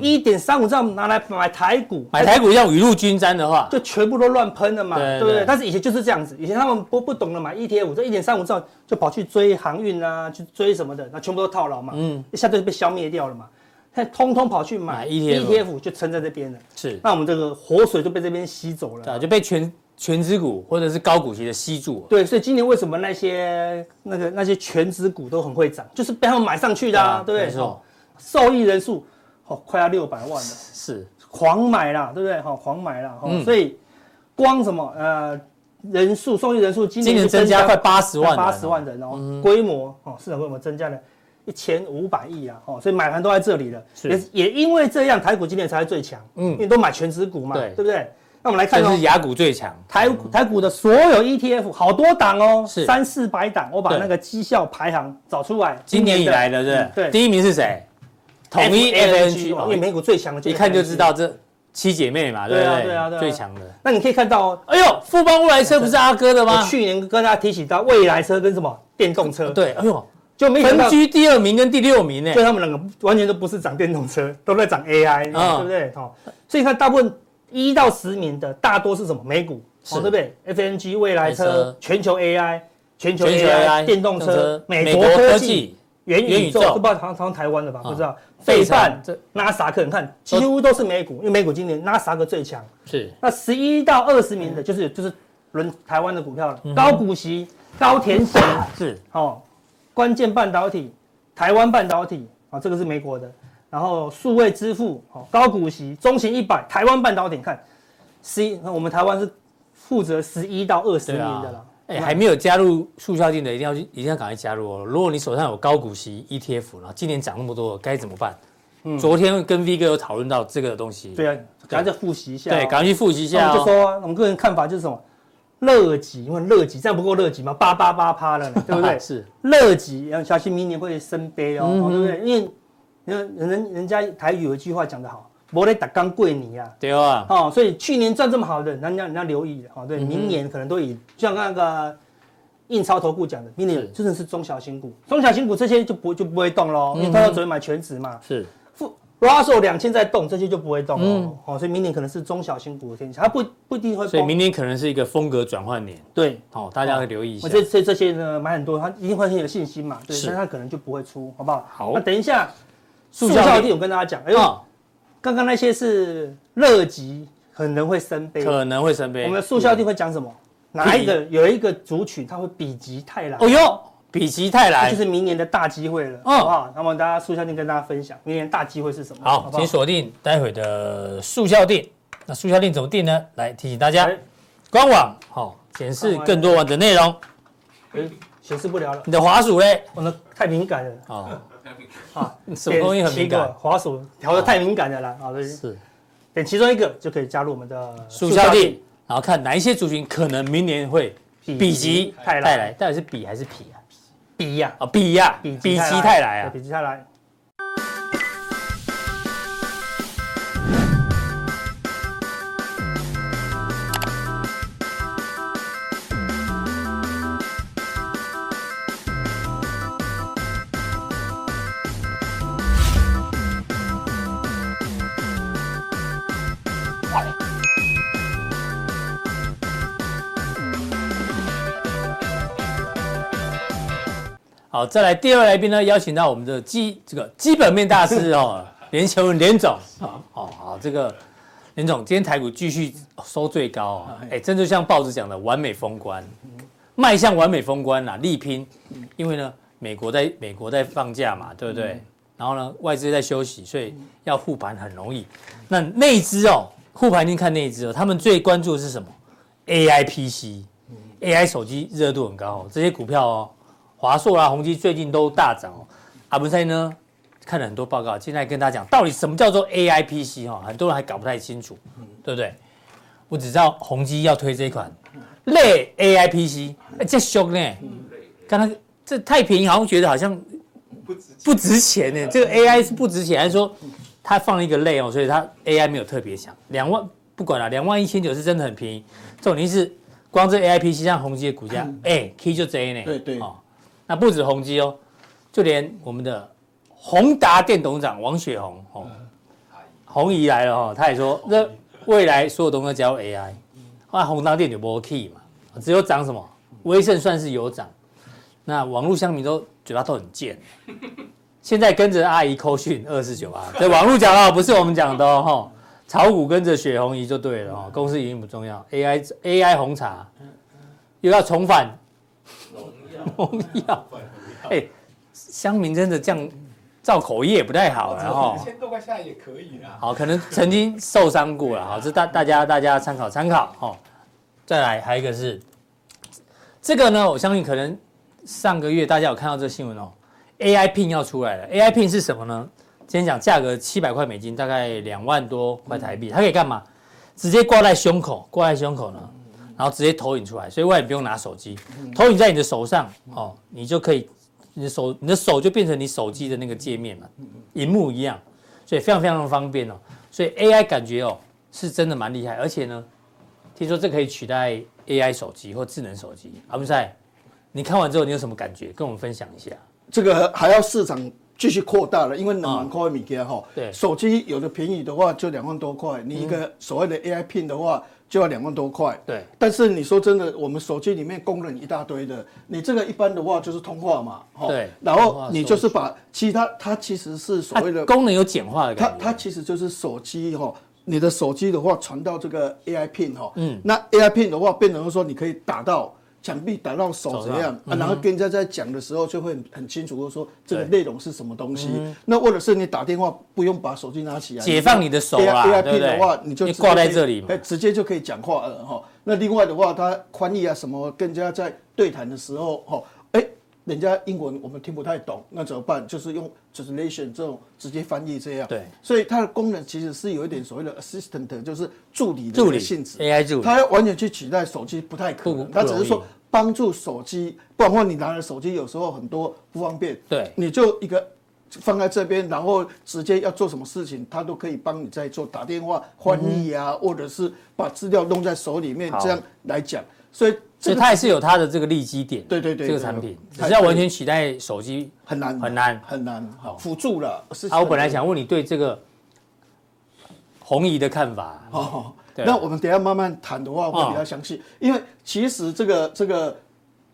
S3: 一点三五兆拿来买台股，
S2: 嗯
S3: 哎
S2: 买台股要雨露均沾的话，
S3: 就全部都乱喷了嘛，
S2: 对
S3: 对不
S2: 对
S3: 对？但是以前就是这样子，以前他们不不懂得买 ETF，这一点三五兆就跑去追航运啊，去追什么的，那全部都套牢嘛，嗯，一下就被消灭掉了嘛。他通通跑去
S2: 买 E
S3: 买
S2: ETF
S3: ETF，就撑在这边了。
S2: 是
S3: 那我们这个活水就被这边吸走
S2: 对啊，
S3: 了。
S2: 就被全全资股或者是高股息的吸住了。
S3: 对，所以今年为什么那些那个那些全职股都很会涨，就是被他们买上去的啊，对不
S2: 没
S3: 对？
S2: 错
S3: 哦，受益人数哦快要六百万了，
S2: 是嗯
S3: 狂买啦，对不对？哈、狂买啦，哈、哦所以光什么呃人数受益人数今
S2: 今年
S3: 年
S2: 增加快八十万人哦，
S3: 八十万人哦，规、模哦市场规模增加了。一千五百亿啊，哦，所以买盘都在这里了，
S2: 是
S3: 也也因为这样，台股今年才会最强，嗯，因为都买全职股嘛，
S2: 对
S3: 对不对？那我们来看
S2: 但
S3: 哦，
S2: 是雅股最强，
S3: 台股台股的所有 ETF 好多档哦，
S2: 是
S3: 三四百档，我把
S2: 对
S3: 那个绩效排行找出来。
S2: 今年以来的，对
S3: 嗯
S2: 不对？
S3: 对，嗯
S2: 第一名是谁？统一 FNG，
S3: 因为
S2: 哦
S3: 美股最强的就
S2: 一
S3: 是
S2: 看就
S3: FNG
S2: 知道。这七姐妹嘛，
S3: 对
S2: 不
S3: 啊
S2: 对？
S3: 对啊对啊
S2: 最强的。
S3: 那你可以看到哦，
S2: 哎呦，富邦未来车不是阿哥的
S3: 我
S2: 吗？
S3: 去年跟大家提起到未来车跟什么电动车，，
S2: 对，哎呦，
S3: 就没想到
S2: 分，居第二名跟第六名呢
S3: 就。他们两个完全都不是涨电动车，都在涨 AI，
S2: 嗯
S3: 对不对？哦，所以看大部分一到十名的大多是什么美股，
S2: 是
S3: 哦，对不对？FNG 未来
S2: 未来
S3: 车
S2: 车、
S3: 全球 AI、全球
S2: 全球
S3: AI、
S2: AI
S3: 电动车、美国科技。元
S2: 元宇
S3: 宇宙，
S2: 宙
S3: 这不知道好像台湾的吧？
S2: 啊
S3: 不知道。
S2: 非
S3: 费
S2: 常
S3: 半
S2: 这、
S3: 纳斯达克，你看几乎都是美股，因为美股今年纳斯达克最强。
S2: 是
S3: 那十一到二十名的，就是就是轮台湾的股票了，高股息、高填息，
S2: 是
S3: 哦，关键半导体、台湾半导体啊、哦，这个是美国的。然后数位支付，哦，高股息，中型一百，台湾半导体，你看十一，那我们台湾是负责十一到二十
S2: 对
S3: 名
S2: 啊
S3: 的了。。
S2: 哎，还没有加入速效定的，一定要去，一定要赶快加入哦。如果你手上有高股息 ETF，然后今年涨那么多，该怎么办？昨天跟 V 哥有讨论到这个东西，
S3: 嗯对啊，赶快再复习一下哦、
S2: 对，赶快去复习一
S3: 那
S2: 下
S3: 我就
S2: 哦。
S3: 说啊，我们个人看法就是什么，乐极，因为乐极这样不够乐极吗？八八八趴 了呢，对不对？
S2: 是嗯
S3: 乐极，要小心明年会生悲哦，哦对不对？因为人人人家台语有一句话讲得好，摩雷打刚跪你啊。
S2: 对啊，
S3: 哦，所以去年赚这么好的，那你要你要留意哦。
S2: 嗯
S3: 对，明年可能都以就像那个印钞投顾讲的，明
S2: 是
S3: 年真的是中小型股，中小型股这些就不就不会动喽，
S2: 嗯
S3: 因为他要只会买全值嘛。
S2: 是
S3: 富 Russell 两千在动，这些就不会动了、哦，所以明年可能是中小型股的天气，它不不一定会
S2: 嗯所以
S3: 崩。
S2: 明年可能是一个风格转换年，
S3: 对，
S2: 哦，大家会留意一下
S3: 我。这这这些呢买很多，它一定会很有信心嘛，对，
S2: 是
S3: 但它可能就不会出，好不好？
S2: 好
S3: 那等一下
S2: 速
S3: 速
S2: 效
S3: 效
S2: 力
S3: 定，我跟大家讲，哎呦，
S2: 啊，
S3: 刚刚那些是乐极，可能会生悲。
S2: 可能会生
S3: 我
S2: 悲。
S3: 们的速效定会讲什么？哪一个有一个族群它会比极太郎？
S2: 哦哟，否极泰
S3: 这
S2: 来
S3: 就。是明年的大机会了，
S2: 嗯
S3: 好不好？那么大家速效定跟大家分享，明年大机会是什么？
S2: 好，
S3: 不
S2: 请锁定待会的速效定。那速效定怎么定呢？来提醒大家
S3: 哎，
S2: 官网好显示更多完整内容。
S3: 哎显示不了了，
S2: 你的滑鼠嘞？
S3: 我的太敏感了
S2: 哦，
S3: 啊，
S2: 什么东西很敏
S3: 点
S2: 感嗯
S3: 奇？怪滑鼠调的太敏感了啦，啊，对
S2: 是
S3: 点其中一个就可以加入我们的
S2: 速效定，然后看哪一些族群可能明年会比极泰
S3: 泰来
S2: 来，到底是比还是匹啊？
S3: 比呀，
S2: 啊，比呀，比极泰来
S3: 对
S2: 啊！
S3: 比极泰来。
S2: 好，再来第二位来宾呢，邀请到我们的基这个基本面大师哦，连球文连总，好好好，这个连总今天台股继续收最高哦，哎，真就像报纸讲的，完美封关，迈向完美封关啦，力拼，因为呢，美国在美国在放假嘛，对不对？然后呢，外资在休息，所以要护盘很容易。那内资哦，护盘一定看内资哦，他们最关注的是什么？AI PC、AI 手机热度很高、哦，这些股票哦。华硕啊、宏基最近都大涨哦。阿文赛呢，看了很多报告，现在跟大家讲，到底什么叫做 AI PC 哈、哦，很多人还搞不太清楚，对不对？我只知道宏基要推这一款类 AI PC，哎，这凶呢，刚刚这太便宜，好像觉得好像不值钱呢。这个 AI 是不值钱，还是说它放了一个类哦，所以它 AI 没有特别强，两万不管了，两万一千九是真的很便宜。重点是光这 AI PC 像宏基的股价，哎，K 就贼呢，
S4: 对对
S2: 哦，那不止宏基哦，就连我们的宏达电董事长王雪红哦，红姨来了哦，他也说那未来所有东西都加入 AI，那啊宏达电就没 key 嘛，只有涨什么，威盛算是有涨，那网络乡民都嘴巴都很贱，现在跟着阿姨扣讯二四九八，这网络讲的不是我们讲的哦，吼炒股跟着雪红姨就对了哦，公司已经不重要，AI AI 红茶又要重返农药，哎，乡民真的这样造口业不太好了哈。
S4: 一千多块下来也可以啦。
S2: 好，可能曾经受伤过了，好，这大大家大家参考参考哦。再来，还有一个是这个呢，我相信可能上个月大家有看到这个新闻哦，AI Pin 要出来了。AI Pin 是什么呢？今天讲价格七百块美金，大概两万多块台币，它可以干嘛？直接挂在胸口，挂在胸口呢，然后直接投影出来，所以外面不用拿手机，投影在你的手上哦，你就可以，你的手你的手就变成你手机的那个界面了，荧幕一样。所以非常非常方便哦。所以 AI 感觉哦是真的蛮厉害，而且呢，听说这可以取代 AI 手机或智能手机。阿布赛，你看完之后你有什么感觉？跟我们分享一下。
S4: 这个还要市场继续扩大了，因为两万块米给哈，
S2: 啊对嗯
S4: 手机有的便宜的话就两万多块，你一个所谓的 AI Pin 的话就要两万多块。
S2: 对
S4: 但是你说真的，我们手机里面功能一大堆的，你这个一般的话就是通话嘛，齁
S2: 对
S4: 然
S2: 通
S4: 后
S2: 话
S4: 你就是把其他它其实是所
S2: 它
S4: 谓的
S2: 功能有简化的
S4: 它
S2: 感觉。
S4: 它其实就是手机哈、你的手机的话传到这个 AI pin 哈、嗯，那 AI pin 的话变成说你可以打到墙壁，打到手
S2: 手
S4: 怎
S2: 上嗯
S4: 样、啊，然后跟人家在讲的时候就会很很清楚地说这个
S2: 对嗯
S4: 内容是什么东西。那或者是你打电话不用把手机拿起来，
S2: 解放你的手
S4: AI,
S2: 啦
S4: AI
S2: 对不对
S4: pin 的话，你就
S2: 你
S4: 直接
S2: 挂在
S4: 可以
S2: 这里嘛
S4: 哎直接就可以讲话了哈、那另外的话，它宽译啊什么，跟人家在对谈的时候哈，哎、人家英文我们听不太懂，那怎么办？就是用 translation 这种直接翻译这样。
S2: 对
S4: 所以它的功能其实是有一点所谓的 assistant，就是助理的
S2: 助
S4: 一
S2: 理哎
S4: 个性质。
S2: AI 助理
S4: 它要完全去取代手机不太可
S2: 不
S4: 能，
S2: 不
S4: 它只
S2: 容
S4: 是
S2: 易
S4: 说帮助手机，不然的话你拿了手机有时候很多不方便。
S2: 对
S4: 你就一个。放在这边，然后直接要做什么事情，它都可以帮你在做打电话、翻译啊，或者是把资料弄在手里面
S2: 嗯好，
S4: 这样来讲。所以
S2: 所
S4: 这
S2: 以
S4: 个
S2: 它也是有它的这个利基点，
S4: 对对对
S2: 这个
S4: 对
S2: 产品
S4: 它
S2: 只是要完全取代手机
S4: 很难
S2: 很难
S4: 很难，好辅助了。是
S2: 啊。我本来想问你对这个红姨的看法，
S4: 哦，
S2: 对
S4: 那我们等一下慢慢谈的话会比较详细，因为其实这个这个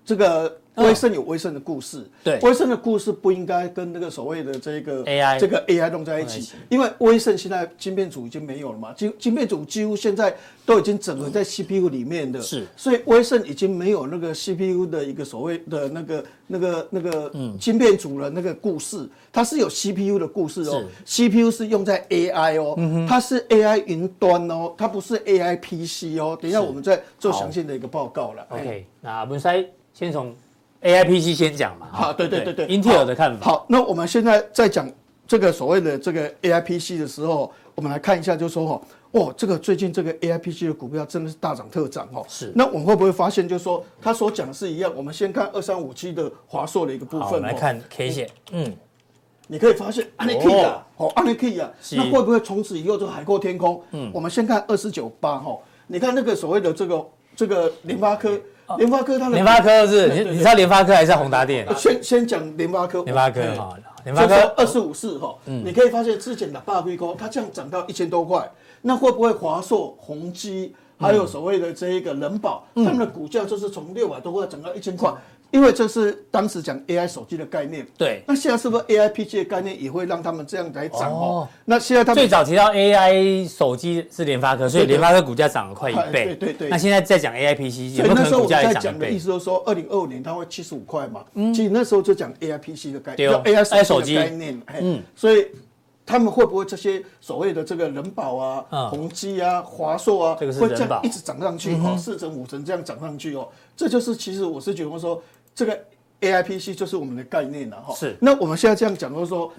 S4: 这个威盛有威盛的故事，
S2: 嗯对
S4: 威盛的故事不应该跟那个所谓的这个
S2: AI
S4: 这个 AI 弄在
S2: 弄在
S4: 一
S2: 一
S4: 起
S2: 起，
S4: 因为威盛现在晶片组已经没有了嘛，晶晶片组几乎现在都已经整合在 CPU 里面的，
S2: 嗯是
S4: 所以威盛已经没有那个 CPU 的一个所谓的那个那个那个
S2: 嗯
S4: 晶片组的那个故事，它是有 CPU 的故事哦，CPU 是用在 AI 哦，
S2: 嗯
S4: 它是 AI 云端哦，它不是 AI PC 哦，等一下我们再做详细的一个报告了。哎
S2: OK，那文塞先从 AIPC 先讲嘛。
S4: 好，对对对对，
S2: 英特尔的看法。
S4: 好，那我们现在在讲这个所谓的这个 AIPC 的时候，我们来看一下，就说哈，哦，这个最近这个 AIPC 的股票真的是大涨特涨哦。
S2: 是
S4: 那我们会不会发现，就是说他所讲的是一样？我们先看二三五七的华硕的一个部
S2: 好，
S4: 分、
S2: 我
S4: 哦，
S2: 们来看 K 线，嗯，
S4: 你可以发现安利 K 啊，哦，安利 K 啊，
S2: 是
S4: 那会不会从此以后就海阔天空？嗯，我们先看二四九八哈，你看那个所谓的这个这个联发科，联发科它的
S2: 啊联发科是，
S4: 对
S2: 你
S4: 对
S2: 你知道联发科还是宏达电？
S4: 先先讲联发科，
S2: 联发科啊
S4: 哎
S2: 哈联发科嗯
S4: 就说二十五市哈，你可以发现之前的霸龟高，它这样涨到一千多块，那会不会华硕、宏基还有所谓的这一个人保，
S2: 嗯
S4: 他们的股价就是从六百多块涨到一千块？因为这是当时讲 AI 手机的概念，
S2: 对
S4: 那现在是不是 AI PC 的概念也会让他们这样来涨
S2: 哦
S4: 哦？那现在他们
S2: 最早提到 AI 手机是联发科，所以
S4: 对对
S2: 联发科股价涨了快一倍。
S4: 哎对对对
S2: 那现在在讲 AIPC，有
S4: 所
S2: 没
S4: 以
S2: 有
S4: 那
S2: 可
S4: 时
S2: 能
S4: 候
S2: 股
S4: 我
S2: 价
S4: 在
S2: 也涨
S4: 讲
S2: 一
S4: 的
S2: 倍嗯
S4: 意？思就是说，二零二五年它会七十五块嘛。其实那时候就讲 AIPC 的概
S2: 对
S4: 念，
S2: 哦
S4: 就 AI 手机
S2: AIPC
S4: 的概念。嗯，所以他们会不会这些所谓的这个人保
S2: 嗯
S4: 啊、宏基啊、华硕啊，
S2: 这个是
S4: 会这
S2: 人保嗯
S4: 样一直涨上去哦，四成五成这样涨上去哦？这就是其实我是觉得说，这个 AIPC 就是我们的概念了哈。
S2: 是
S4: 那我们现在这样讲就是说，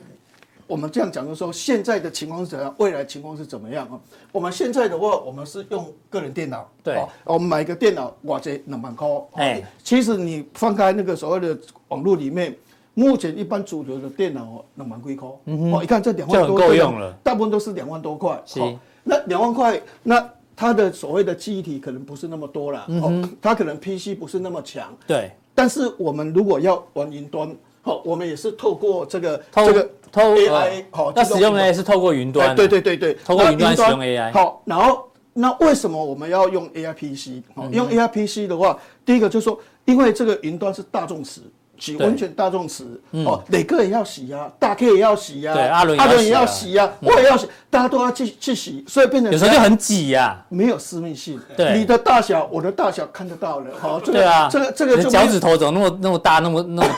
S4: 我们这样讲，就是说现在的情况是怎样，未来情况是怎么样啊？我们现在的话，我们是用个人电脑，
S2: 对
S4: 哦我们买一个电脑，哇，这两万块，哦
S2: 哎
S4: 其实你放开那个所谓的网络里面，目前一般主流的电脑哦，两万几块，
S2: 嗯
S4: 哦，你看这两万
S2: 就
S4: 多
S2: 很够
S4: 电脑
S2: 用了
S4: 大部分都是两万多块，
S2: 是
S4: 哦那两万块，那它的所谓的记忆体可能不是那么多了，
S2: 嗯
S4: 哦，它可能 PC 不是那么强，
S2: 对，
S4: 但是我们如果要玩云端，好、我们也是透过这个
S2: 透
S4: 这个
S2: 透
S4: AI
S2: 呃
S4: 好、
S2: 那使用
S4: 呢？
S2: AI 是透过云端
S4: 哎
S2: 啊，
S4: 对对对对，
S2: 透过
S4: 那
S2: 云端使用 AI
S4: 好，然后那为什么我们要用 AI PC？好、
S2: 嗯
S4: 用 AI PC 的话，第一个就是说，因为这个云端是大众词。洗
S2: 对嗯
S4: 温泉大众词，哦，哪个也要洗呀、大 K 也要洗呀、
S2: 对阿伦也要
S4: 阿伦也要
S2: 洗嗯
S4: 洗呀、我也要洗，大家都要去去洗，所以变成
S2: 有时候就很挤啊呀。
S4: 没有私密性。
S2: 对
S4: 你的大小，我的大小看得到了，好，这个
S2: 对啊，
S4: 这个这
S2: 你
S4: 个
S2: 的
S4: 就没有
S2: 脚趾头怎么那么那么大，那么那么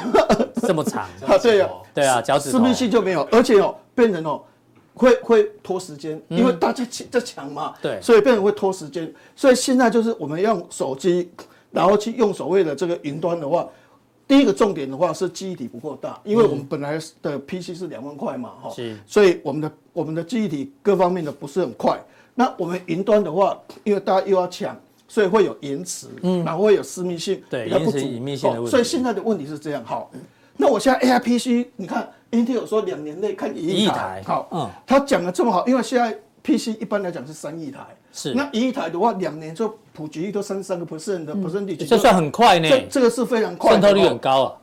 S2: 这么长？
S4: 啊，对呀、
S2: 对啊，脚趾
S4: 私
S2: 头。
S4: 密性就没有，而且哦，变成哦，会会拖时间，因为大家抢在抢嘛，
S2: 嗯对
S4: 所以变成会拖时间。所以现在就是我们用手机，然后去用所谓的这个云端的话，第一个重点的话是记忆体不够大，因为我们本来的 PC 是两万块嘛，哈、
S2: 嗯是
S4: 所以我们的我们的记忆体各方面的不是很快。那我们云端的话，因为大家又要抢。所以会有延迟，然后会有私密性，
S2: 嗯对
S4: 比较不
S2: 延迟
S4: 足
S2: 隐秘性的
S4: 哦
S2: 问题
S4: 所以现在的问题是这样，好，那我现在 AI PC，你看 Intel 说两年内看一
S2: 一亿
S4: 亿
S2: 台
S4: 台，好，
S2: 嗯
S4: 他讲的这么好，因为现在 PC 一般来讲是三亿台，
S2: 是
S4: 那一亿台的话，两年就普及率都三三个 percent 的 percent 率，
S2: 嗯这算很快呢，
S4: 这这个是非常快
S2: 渗
S4: 的，
S2: 透率
S4: 哦
S2: 很高啊。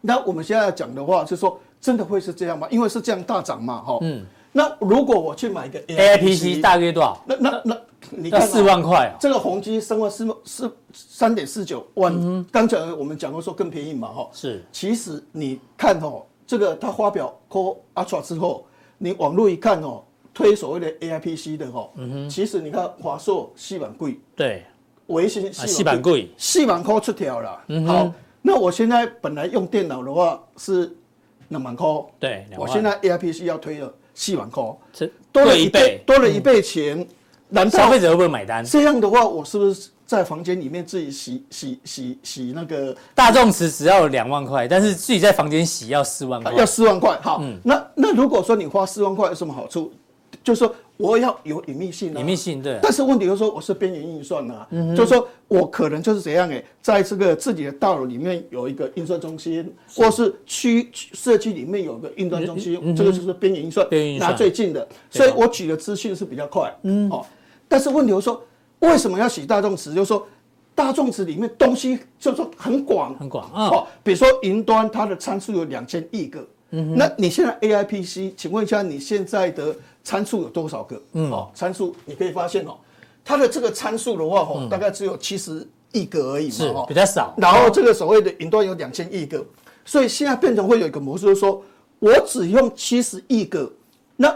S4: 那我们现在讲的话，是说真的会是这样吗？因为是这样大涨嘛，哈，嗯，那如果我去买一个
S2: A I
S4: AI
S2: P C 大约多少？
S4: 那那那你
S2: 要
S4: 看啊
S2: 四万块啊。
S4: 这个宏基三万四四三点四九
S2: 嗯
S4: 万，刚才我们讲过说更便宜嘛，哈。
S2: 是
S4: 其实你看哦，这个他发表 Co Ultra 之后，你网络一看哦，推所谓的 AIPC 的哦，
S2: 嗯
S4: 其实你看华硕、细板贵，
S2: 对，
S4: 微信
S2: 啊细板贵嗯
S4: 细板 Co 出条了。好，那我现在本来用电脑的话是两万 Co，
S2: 对两万
S4: 我现在 AIPC 要推了细板 Co，
S2: 这
S4: 多了
S2: 贵
S4: 一
S2: 一
S4: 倍
S2: 倍，，嗯
S4: 多了一倍钱，难 道
S2: 消费者会不会买单？
S4: 这样的话，我是不是在房间里面自己洗洗洗洗那个
S2: 大众池只要两万块，但是自己在房间洗要四万块，
S4: 哎
S2: 嗯
S4: 要四万块？好，那那如果说你花四万块有什么好处？就是说我要有隐秘性、啊，
S2: 隐秘性对啊嗯
S4: 但是问题就是说我是边缘运算啊，就是说我可能就是怎样哎、在这个自己的大楼里面有一个运算中心，或是区区社区里面有个运算中心，这个就是边缘运算，
S2: 嗯边缘运算
S4: 拿最近的，所以我举的资讯是比较快，嗯，哦，但是问题就是说为什么要洗大众池？就是说。大众池里面东西就是说很广，
S2: 很广嗯嗯
S4: 哦，比如说云端，它的参数有两千亿个。那你现在 AIPC，请问一下，你现在的参数有多少个？嗯，哦，参数你可以发现哦，它的这个参数的话，哦，大概只有七十亿个而已
S2: 嗯
S4: 嘛，
S2: 是
S4: 哦
S2: 比较少
S4: 然后这个所谓的云端有两千亿个，所以现在变成会有一个模式，就是说我只用七十亿个，那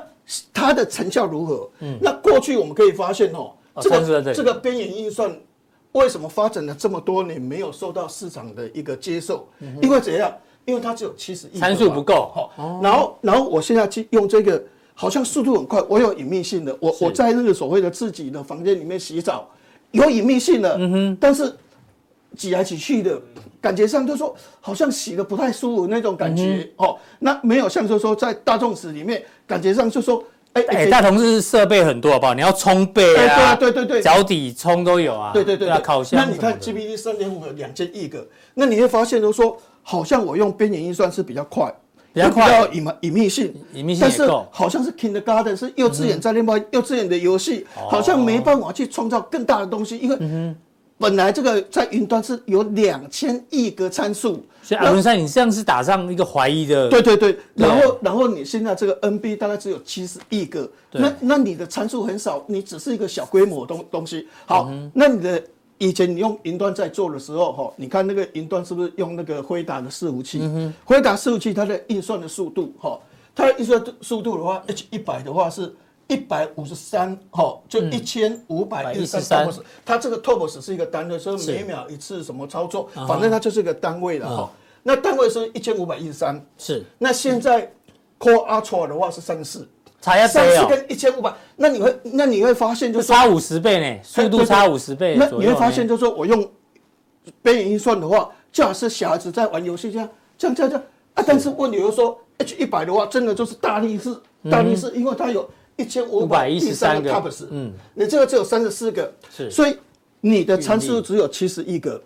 S4: 它的成效如何？嗯，那过去我们可以发现哦，
S2: 哦
S4: 这
S2: 上次在这
S4: 个
S2: 里
S4: 这个边缘运算为什么发展了这么多年没有受到市场的一个接受？因为怎样？因为它只有七十亿个嘛
S2: 嗯参数不够
S4: 哦然后，然后我现在去用这个，好像速度很快，我有隐秘性的，我我在那个所谓的自己的房间里面洗澡，有隐秘性的，嗯哼，但是挤来挤去的，感觉上就说好像洗的不太舒服那种感
S2: 嗯
S4: 觉、哦。那没有像就说在大众室里面，感觉上就说，哎、
S2: 哎、
S4: 哎
S2: 大同是设备很多好不好？你要冲背啊，
S4: 哎对啊对对对
S2: 脚底冲都有啊，
S4: 对对对
S2: 啊，
S4: 对
S2: 烤箱
S4: 那你
S2: 什么的
S4: 看 GPT 三点五有两千亿个，那你会发现就是说，好像我用边缘运算是比较快，
S2: 比较快
S4: 也比较隐瞒隐秘性，
S2: 隐秘性
S4: 但
S2: 也
S4: 是
S2: 够嗯
S4: 好像是 kindergarten 是幼稚园在练幼稚园的游戏，
S2: 哦
S4: 好像没办法去创造更大的东西，因
S2: 嗯
S4: 为本来这个在云端是有两千亿个参数，
S2: 所以阿
S4: 那
S2: 文山，你这样是打上一个怀疑的，
S4: 对对对，然后然后你现在这个 NB 大概只有七十亿个，
S2: 对
S4: 那那你的参数很少，你只是一个小规模的东东西。好，那你的以前你用云端在做的时候，哈，你看那个云端是不是用那个辉达的伺服器？辉达伺服器它的运算的速度，哈，它的运算速度的话，H 一百的话是。一百五十三，哈，就一千五百嗯一十三
S2: 113
S4: 它这个 TOPS 是一个单位，所以每秒一次什么操作，反正它就是一个单位了哈。那单位是一千五百一十三，
S2: 是
S4: 那现在 Core Ultra 的话是三四，
S2: 差一
S4: 三
S2: 倍
S4: 四
S2: 哦，
S4: 跟一千五百，那你会那你会发现就
S2: 就是
S4: 说
S2: 差五十倍呢，速度差五十倍
S4: 那
S2: 左
S4: 你
S2: 右
S4: 会
S2: 呢
S4: 发现就是说我用边缘运算的话，就好像是小孩子在玩游戏这样这样这样这样啊。但是问题就是说 H 一百的话，真的就是大力士，
S2: 嗯
S4: 大力士，因为它有一千五百一十
S2: 513
S4: 三
S2: 个
S4: 个 TOPS，
S2: 嗯
S4: 嗯，你这个只有三十四个，
S2: 是
S4: 所以你的参数只有七十一个，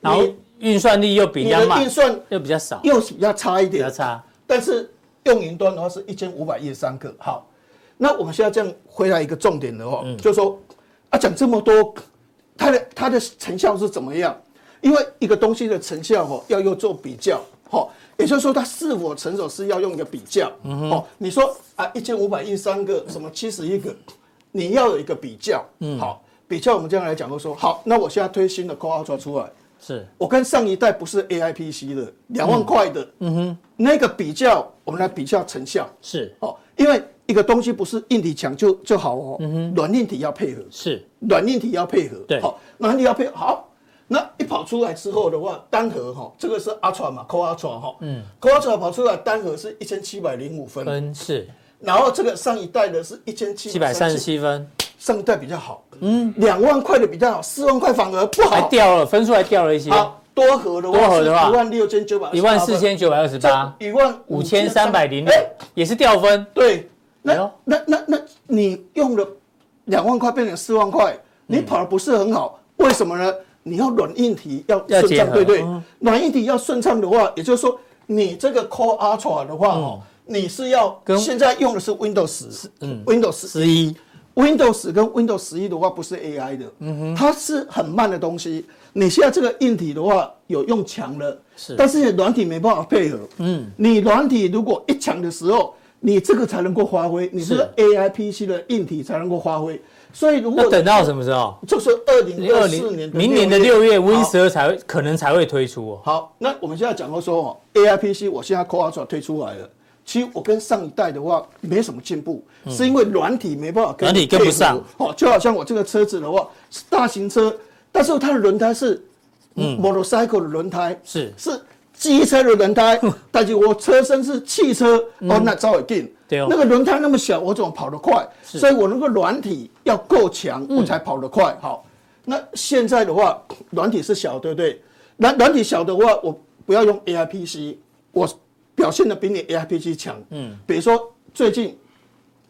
S2: 然后
S4: 你
S2: 运算力又比
S4: 你
S2: 较
S4: 的
S2: 慢
S4: 运，算
S2: 又比较少，
S4: 又是比较差一
S2: 比
S4: 点
S2: 较，差，
S4: 但是用云端的话是一千五百一十三个。好，那我们现在这样回来一个重点的话，就是说啊，讲这么多，它的它的成效是怎么样？因为一个东西的成效哦，要要做比较，哦，也就是说它是否成熟是要用一个比较，哦，你说啊，一千五百一十三个，什么七十一个，你要有一个比较，好，比较我们这样来讲，就说好，那我现在推新的 Core Ultra 出来，
S2: 是
S4: 我跟上一代不是 AIPC 的两万块的，嗯哼，那个比较，我们来比较成效
S2: 是
S4: 哦，因为一个东西不是硬体强就就好哦，软硬体要配合，
S2: 是
S4: 软硬体要配合，
S2: 对
S4: 好，软硬体要配合好。那一跑出来之后的话，单核哈，这个是 Ultra 嘛，Co Ultra 哈，嗯，Co Ultra 跑出来单核是一千七百零五分，
S2: 分是
S4: 然后这个上一代的是一千七
S2: 七百三十，七分，
S4: 上一代比较好，嗯，两万块的比较好，四万块反而不
S2: 还
S4: 好，
S2: 掉了，分数还掉了一些，
S4: 好，多核的话，
S2: 多核的话
S4: 一万六千九百，
S2: 一万四千九百二十八，
S4: 一万
S2: 五千三百零六
S4: 哎，
S2: 也是掉分，
S4: 对，
S2: 哎
S4: 那
S2: 呦
S4: 那那那你用了两万块变成四万块，你
S2: 嗯
S4: 跑的不是很好，为什么呢？你要软硬体要
S2: 要
S4: 顺
S2: 结
S4: 畅，
S2: 合嗯
S4: 对不对？软硬体要顺畅的话，也就是说你这个 Core Ultra 的话哦，你是要
S2: 跟
S4: 现在用的是 Windows 十，嗯，Windows 十
S2: 十一
S4: Windows 跟 Windows 十一的话不是 AI 的，
S2: 嗯
S4: 它是很慢的东西。你现在这个硬体的话有用强了，
S2: 是
S4: 但是你软体没办法配合。嗯，你软体如果一强的时候，你这个才能够发挥，你这个 AI PC 的硬体才能够发挥。所以如
S2: 那
S4: 果
S2: 等到什么时候？
S4: 就是二零二四年
S2: 明年的六月
S4: 好
S2: ，Win 十二才会可能才会推出哦。
S4: 好，那我们现在讲到说哦，AIPC 我现在 Core Ultra 推出来了，其实我跟上一代的话没什么进步，是因为软体没办法
S2: 嗯
S4: 跟
S2: 软体跟不上
S4: 配合。哦，就好像我这个车子的话是大型车，但是它的轮胎是 motorcycle 的轮胎，
S2: 嗯是
S4: 是机车的 轮胎，但是我车身是汽车，哦，
S2: 嗯
S4: 那早已定。
S2: 对哦
S4: 那个轮胎那么小，我怎么跑得快？所以我那个软体要够强，
S2: 嗯
S4: 我才跑得快。好，那现在的话，软体是小，对不对？那软体小的话，我不要用 AIPC，我表现的比你 AIPC 强。嗯，比如说最近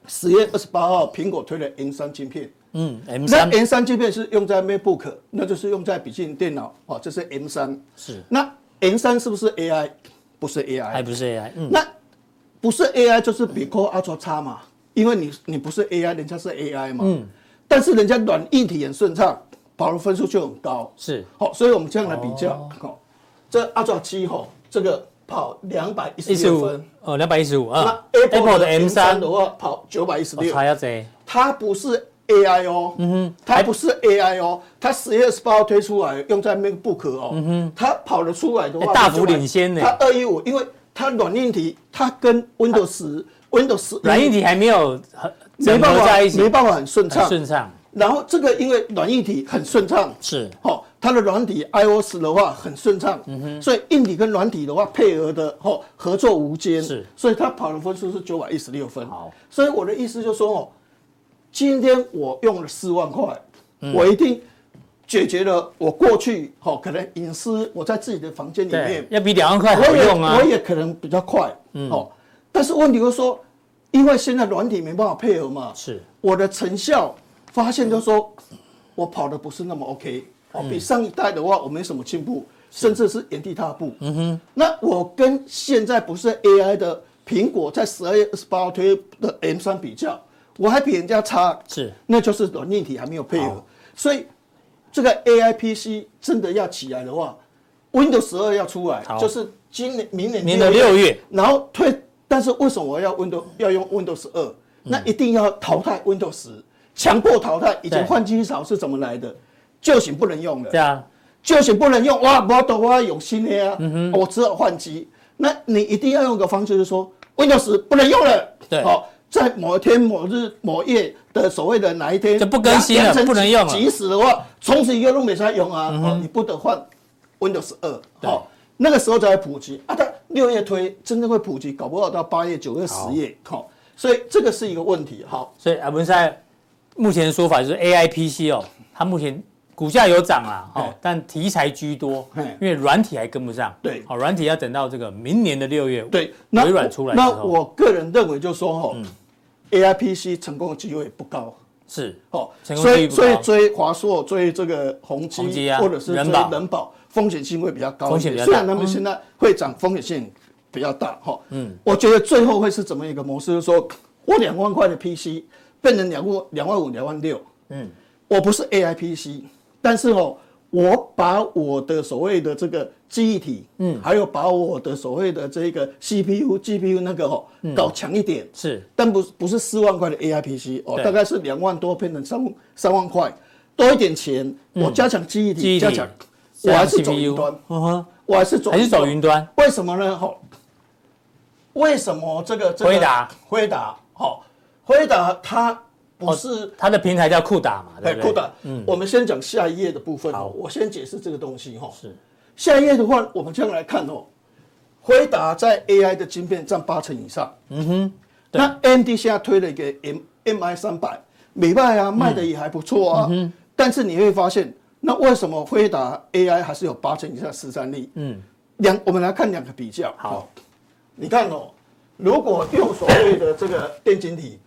S4: 十月二十八号，苹果推了 M 三晶片。
S2: 嗯，M
S4: 那
S2: 三
S4: M 三晶片是用在 MacBook，那就是用在笔记本电脑哦，这是 M 三。
S2: 是
S4: 那 M 三是不是 AI？不是 AI，
S2: 还不是 AI，嗯，
S4: 那不是 AI 就是比 Core Ultra 差嘛，因为你你不是 AI，人家是 AI 嘛。嗯。但是人家软硬体很顺畅，跑的分数就很高。
S2: 是哦
S4: 好、所以我们这样来比较，好、这 Ultra 七吼，这个跑两百一
S2: 一
S4: 十
S2: 十
S4: 六
S2: 五
S4: 分。
S2: 哦，两百一十五
S4: 那
S2: 啊
S4: Apple
S2: 的 M
S4: 三
S2: 三哦
S4: 的话跑九百一十六嗯
S2: 差，要贼，
S4: 它不是 AI 哦，嗯哼，它不是 AI 哦，它十月二十八号推出来，用在 MacBook 哦，嗯哼，它跑得出来的话，
S2: 哎大幅领先呢
S4: 它二一五，因为它软硬体，它跟 Windows 十、Windows 十
S2: 软硬体还没有很
S4: 没
S2: 整
S4: 办
S2: 合
S4: 法
S2: 在一起，
S4: 没办法很顺
S2: 很
S4: 畅，
S2: 顺畅，
S4: 然后这个因为软硬体很顺畅，
S2: 是嗯
S4: 哦，它的软体 iOS 的话很顺畅，所以硬体跟软体的话配合的哦合作无间，
S2: 是
S4: 所以它跑的分数是九百一十六分。
S2: 好，
S4: 所以我的意思就是说哦，今天我用了四万块，
S2: 嗯
S4: 我一定解决了我过去哦可能隐私我在自己的房间里
S2: 对，
S4: 面
S2: 要比两万块好
S4: 我也
S2: 用啊嗯
S4: 我，也可能比较快，哦，但是问题就是说，因为现在软体没办法配合嘛，
S2: 是
S4: 我的成效发现就是说，我跑的不是那么 OK，哦，
S2: 嗯
S4: 比上一代的话我没什么进步，甚至是原地踏步。嗯哼，那我跟现在不是 AI 的苹果在十二月二十八号推的 M 三比较，我还比人家差，
S2: 是
S4: 那就是软硬体还没有配合，所以这个 AI PC 真的要起来的话，Windows 十二要出来
S2: 好，
S4: 就是今年明年
S2: 明年六月，
S4: 然后退，但是为什么我要 Windows 要用 Windows 二？
S2: 嗯
S4: 那一定要淘汰 Windows 十，强迫淘汰。以
S2: 对
S4: 前
S2: 啊
S4: 换机潮是怎么来的？旧型不能用了
S2: 这，样
S4: 旧型不能用，哇，
S2: 嗯
S4: 我都我要用新的啊，我只好换机。那你一定要用个方式，就是说 Windows 十不能用了，
S2: 对
S4: 好、在某一天某日某夜的所谓的哪一天
S2: 就不更新了
S4: 良辰
S2: 不能用了嗯
S4: 即使哦的话，从此以后都没啥用啊，哦，你不得换 Windows 二，好、那个时候才会普及啊。它六月推真正会普及，搞不好到八月、九月、十月，好、所以这个是一个问题，好、
S2: 所以阿文赛目前的说法就是 AI PC 哦，它目前股价有涨啦，哦
S4: 嘿，
S2: 但题材居多
S4: 嘿，
S2: 因为软体还跟不上。
S4: 对
S2: 好，软体要等到这个明年的六月，
S4: 对，
S2: 微软出来之
S4: 那
S2: 后，嗯
S4: 我个人认为就是说哈、a i PC 成功的机会不高。
S2: 是
S4: 哦，
S2: 成功
S4: 所
S2: 率
S4: 以
S2: 不
S4: 所以
S2: 高
S4: 追华硕、追这个宏
S2: 宏基
S4: 基
S2: 啊
S4: 或者是追
S2: 人保
S4: 人保，风险性会比较高一点。
S2: 风险比较大
S4: 虽然他们现在会涨，风险性比较大哈。嗯，我觉得最后会是怎么一个模式？就是说我两万块的 PC 变成两万两万五、两万六。嗯，我不是 AI PC，但是哦，我把我的所谓的这个记忆体，嗯，还有把我的所谓的这个 CPU、GPU 那个哦，搞强一点。
S2: 嗯是
S4: 但不是不是四万块的 AI PC 哦，
S2: 对
S4: 大概是两万多变成三三万块，多一点钱，我加强记忆
S2: 嗯记忆
S4: 体，
S2: 体啊
S4: 加强，我还是走云
S2: CPU
S4: 端，
S2: 嗯哼，
S4: 我还是走
S2: 还是走云端，
S4: 为什么呢？哈，为什么这个这个
S2: 辉达
S4: 辉达哈辉达它不哦是
S2: 它的平台叫酷打嘛，对
S4: 哎
S2: 不对？
S4: 酷的，我们先讲下一页的部分
S2: 好
S4: 哦，我先解释这个东西哈。哦
S2: 是
S4: 下一页的话，我们这样来看哦，辉达在 AI 的晶片占八成以上。嗯哼，那 AMD 现在推了一个 M MI 三百，美卖
S2: 嗯
S4: 啊，卖的也还不错啊。但是你会发现，那为什么辉达 AI 还是有八成以上的市占率？嗯，两我们来看两个比较。
S2: 好，
S4: 你看哦，如果用所谓的这个电晶体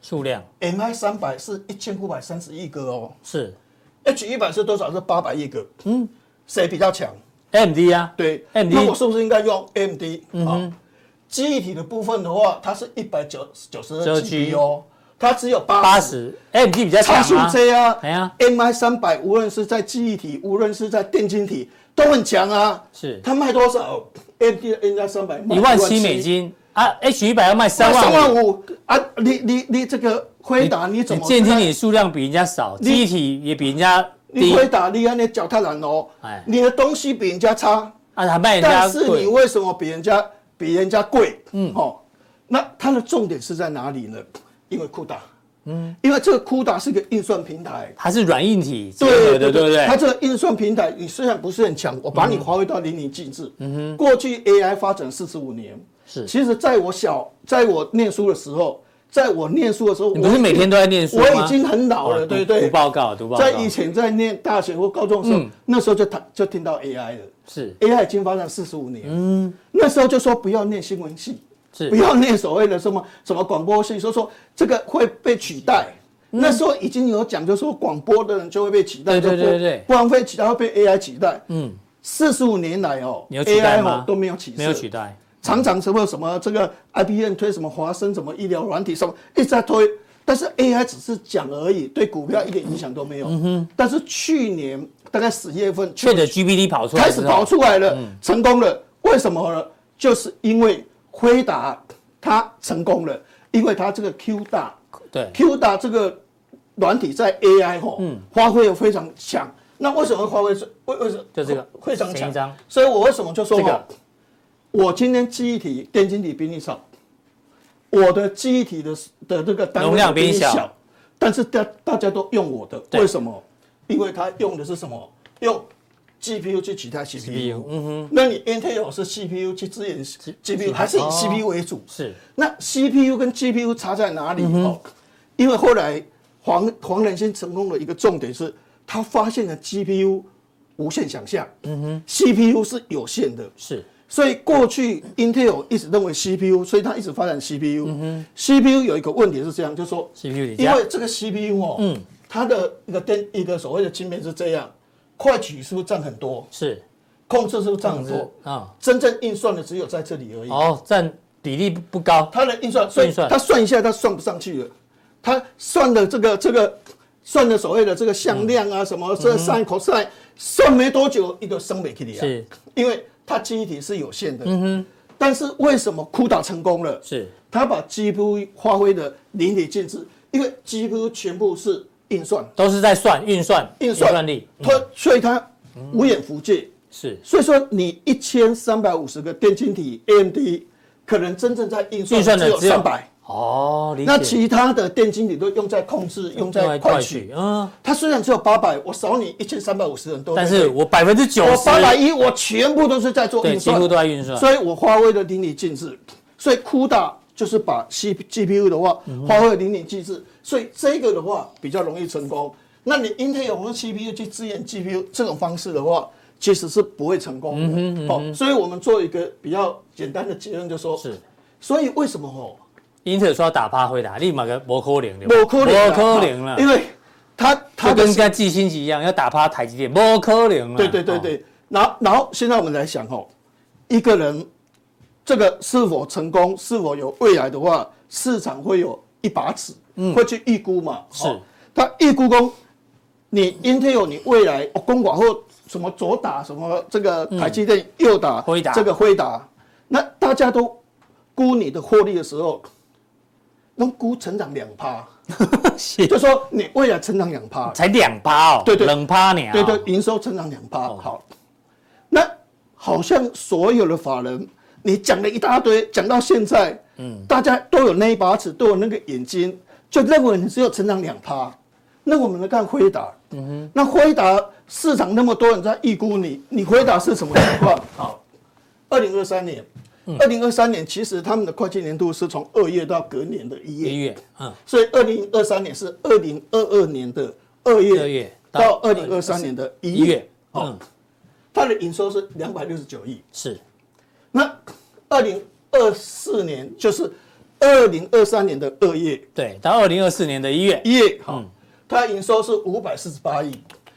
S2: 数量
S4: MI 三百是一千五百三十亿个哦
S2: 是
S4: ，H 一百是多少？是八百亿个。嗯，谁比较强？
S2: AMD 啊，
S4: 对，
S2: AMD
S4: 那我是不是应该用 AMD
S2: 嗯
S4: 啊？记忆体的部分的话，它是一百九九十二
S2: G
S4: G 哦，它只有八
S2: 八十，AMD 比较强
S4: 叉数
S2: 啊，
S4: J 啊，
S2: 哎呀
S4: m i 三百，无论是在记忆体，无论是在电晶体，都很强啊。
S2: 是
S4: 它卖多少？AMD 的 MI 三百
S2: 一万七美，金啊，H 一百要卖三
S4: 三
S2: 万
S4: 万
S2: 五。
S4: 五啊！你你你这个回答你怎么
S2: 监听
S4: 看
S2: 你数量比人家少，
S4: 你
S2: 机体也比人家
S4: 你
S2: 低，
S4: 回答你安尼脚踏烂哦
S2: 哎，
S4: 你的东西比人家差，
S2: 啊，还卖人家
S4: 但是你
S2: 贵，
S4: 为什么比人家比人家贵？嗯，哦，那它的重点是在哪里呢？因为酷达，嗯，因为这个酷达是个运算平台，
S2: 它是软硬体结合的，对不对嗯
S4: 它？这个运算平台，你虽然不是很强，我把你发挥到淋漓尽致。嗯哼，过去 AI 发展四十五年，
S2: 是
S4: 其实在我小，在我念书的时候，在我念书的时候，
S2: 你不是
S4: 我已
S2: 每天都在念书吗？
S4: 我已经很老了，
S2: 哦读
S4: 对不对？
S2: 读报告，读报告。嗯
S4: 在以前在念大学或高中的时候，那时候就谈就听到 AI 了。
S2: 是
S4: AI 已经发展四十五年，嗯，那时候就说不要念新闻系，
S2: 是
S4: 不要念所谓的什么什么广播系，说说这个会被取代。那时候已经有讲，就说广播的人就会被取代，
S2: 嗯对对
S4: 就不
S2: 对对
S4: 不然被取代会被 AI 取代。嗯，四十五年来哦
S2: 你有取代
S4: ，AI
S2: 吗
S4: 哦？都没有起色，
S2: 没有取代，
S4: 常常什么什么这个 IBM 推什么华生什么医疗软体什么一直在推，但是 AI 只是讲而已，对股票一点影响都没有。但是去年大概十月份，
S2: 嗯确的嗯 GPT 跑出来
S4: 开
S2: 之
S4: 始
S2: 后
S4: 跑出来了，成功了。为什么呢？就是因为辉达它成功了，因为它这个 Q 大
S2: 对嗯
S4: ，Q 大这个软体在 AI 吼，发挥得非常强。那为什么会发挥是为为什么
S2: 就这个
S4: 非常
S2: 前一
S4: 强
S2: 张？
S4: 所以我为什么就说
S2: 这个
S4: 吼我今天记忆体、电晶体比你少，我的记忆体的的这个单位
S2: 容量比
S4: 比
S2: 你
S4: 你
S2: 小
S4: 小，但是大大家都用我的，
S2: 对
S4: 为什么？因为它用的是什么？用 GPU 去取代 CPU，
S2: 嗯哼，
S4: 那你 Intel 是 CPU 去支援 GPU，还是以 CPU 为主？
S2: 啊是嗯
S4: 那 CPU 跟 GPU 差在哪里？哦，因为后来黄黄仁勋成功的一个重点是，他发现了 GPU 无限想象，嗯哼，CPU 是有限的，
S2: 是
S4: 所以过去 Intel 一直认为 CPU，所以它一直发展 CPU。CPU 有一个问题是这样，就是说
S2: CPU 底
S4: 因
S2: 价
S4: 为这个 CPU 哦，它的一个电一个所谓的晶片是这样，快取是不是占很多，
S2: 是
S4: 控制是不是占很
S2: 是
S4: 多？
S2: 啊，
S4: 真正运算的只有在这里而已。
S2: 哦，占比例不不高，
S4: 它的运算，所以
S2: 运算
S4: 它算一下，它算不上去了。它算的这个这个算的所谓的这个向量啊，什么这 sin cos 算没多久，一个升北 K 里啊，
S2: 是
S4: 因为它记忆体是有限的。嗯哼。但是为什么酷达成功了？
S2: 是
S4: 它把 GPU 发挥的淋漓尽致，因为 GPU 全部是运算，
S2: 都是在算运算
S4: 运算
S2: 力嗯
S4: 它所以它无远弗届。
S2: 是
S4: 所以说，你一千三百五十个电晶体 AMD，可能真正在运
S2: 运
S4: 算
S2: 算
S4: 的
S2: 的
S4: 只有
S2: 只有
S4: 三百。
S2: 哦，理解
S4: 那其他的电晶体都用在控制，用在快取。
S2: 嗯，
S4: 哦它虽然只有八百，我少你一千三百五十人都，
S2: 但是我百分之九
S4: 我
S2: 十
S4: 八百一，我全部都是在做
S2: 对
S4: 运
S2: 几
S4: 算，
S2: 乎都在运算，
S4: 所以我发挥的淋漓尽致。所以 CUDA 就是把 C GPU 的话
S2: 嗯
S4: 发挥得淋漓尽致，所以这个的话比较容易成功。那你 Intel 用 CPU 去支援 GPU 这种方式的话，其实是不会成
S2: 嗯
S4: 功的。哦，所以我们做一个比较简单的结论，就说
S2: 是，
S4: 所以为什么哦？
S2: 因此说要打趴回答，立马个摩科零了，
S4: 摩柯林啊，
S2: 摩科零了，
S4: 因为他他
S2: 就
S4: 的
S2: 跟跟季星级一样，要打趴台积电，摩科零了，
S4: 对对对
S2: 哦，
S4: 对，然后然后现在我们来想哦，一个人这个是否成功，是否有未来的话，市场会有一把尺，会去预估嘛，
S2: 嗯是
S4: 哦他预估工，你 Intel 你未来哦，公广后什么左打什么这个台积电右打，
S2: 辉达
S4: 这个辉达，那大家都估你的获利的时候，能估成长两趴，
S2: 是
S4: 就说你未来成长两趴，
S2: 才两趴哦，
S4: 对对
S2: 冷趴你啊，
S4: 对对，营收成长两趴。好，那好像所有的法人，你讲了一大堆，讲到现在，嗯，大家都有那一把尺，都有那个眼睛，就认为你只有成长两趴。那我们来看辉达，嗯哼，那辉达市场那么多人在预估你，你辉达是什么情况？嗯好，嗯二零二三年。二零二三年其实他们的会计年度是从二月到隔年的一月，
S2: 一月，嗯，
S4: 所以二零二三年是二零二二年的二月，
S2: 二月
S4: 到二零二三年的一
S2: 一
S4: 月
S2: 月，，
S4: 哦，
S2: 嗯，
S4: 它的营收是两百六十九亿。
S2: 是
S4: 那二零二四年就是二零二三年的二月，
S2: 对，到二零二四年的一月，
S4: 一月好，它营收是五百四十八亿，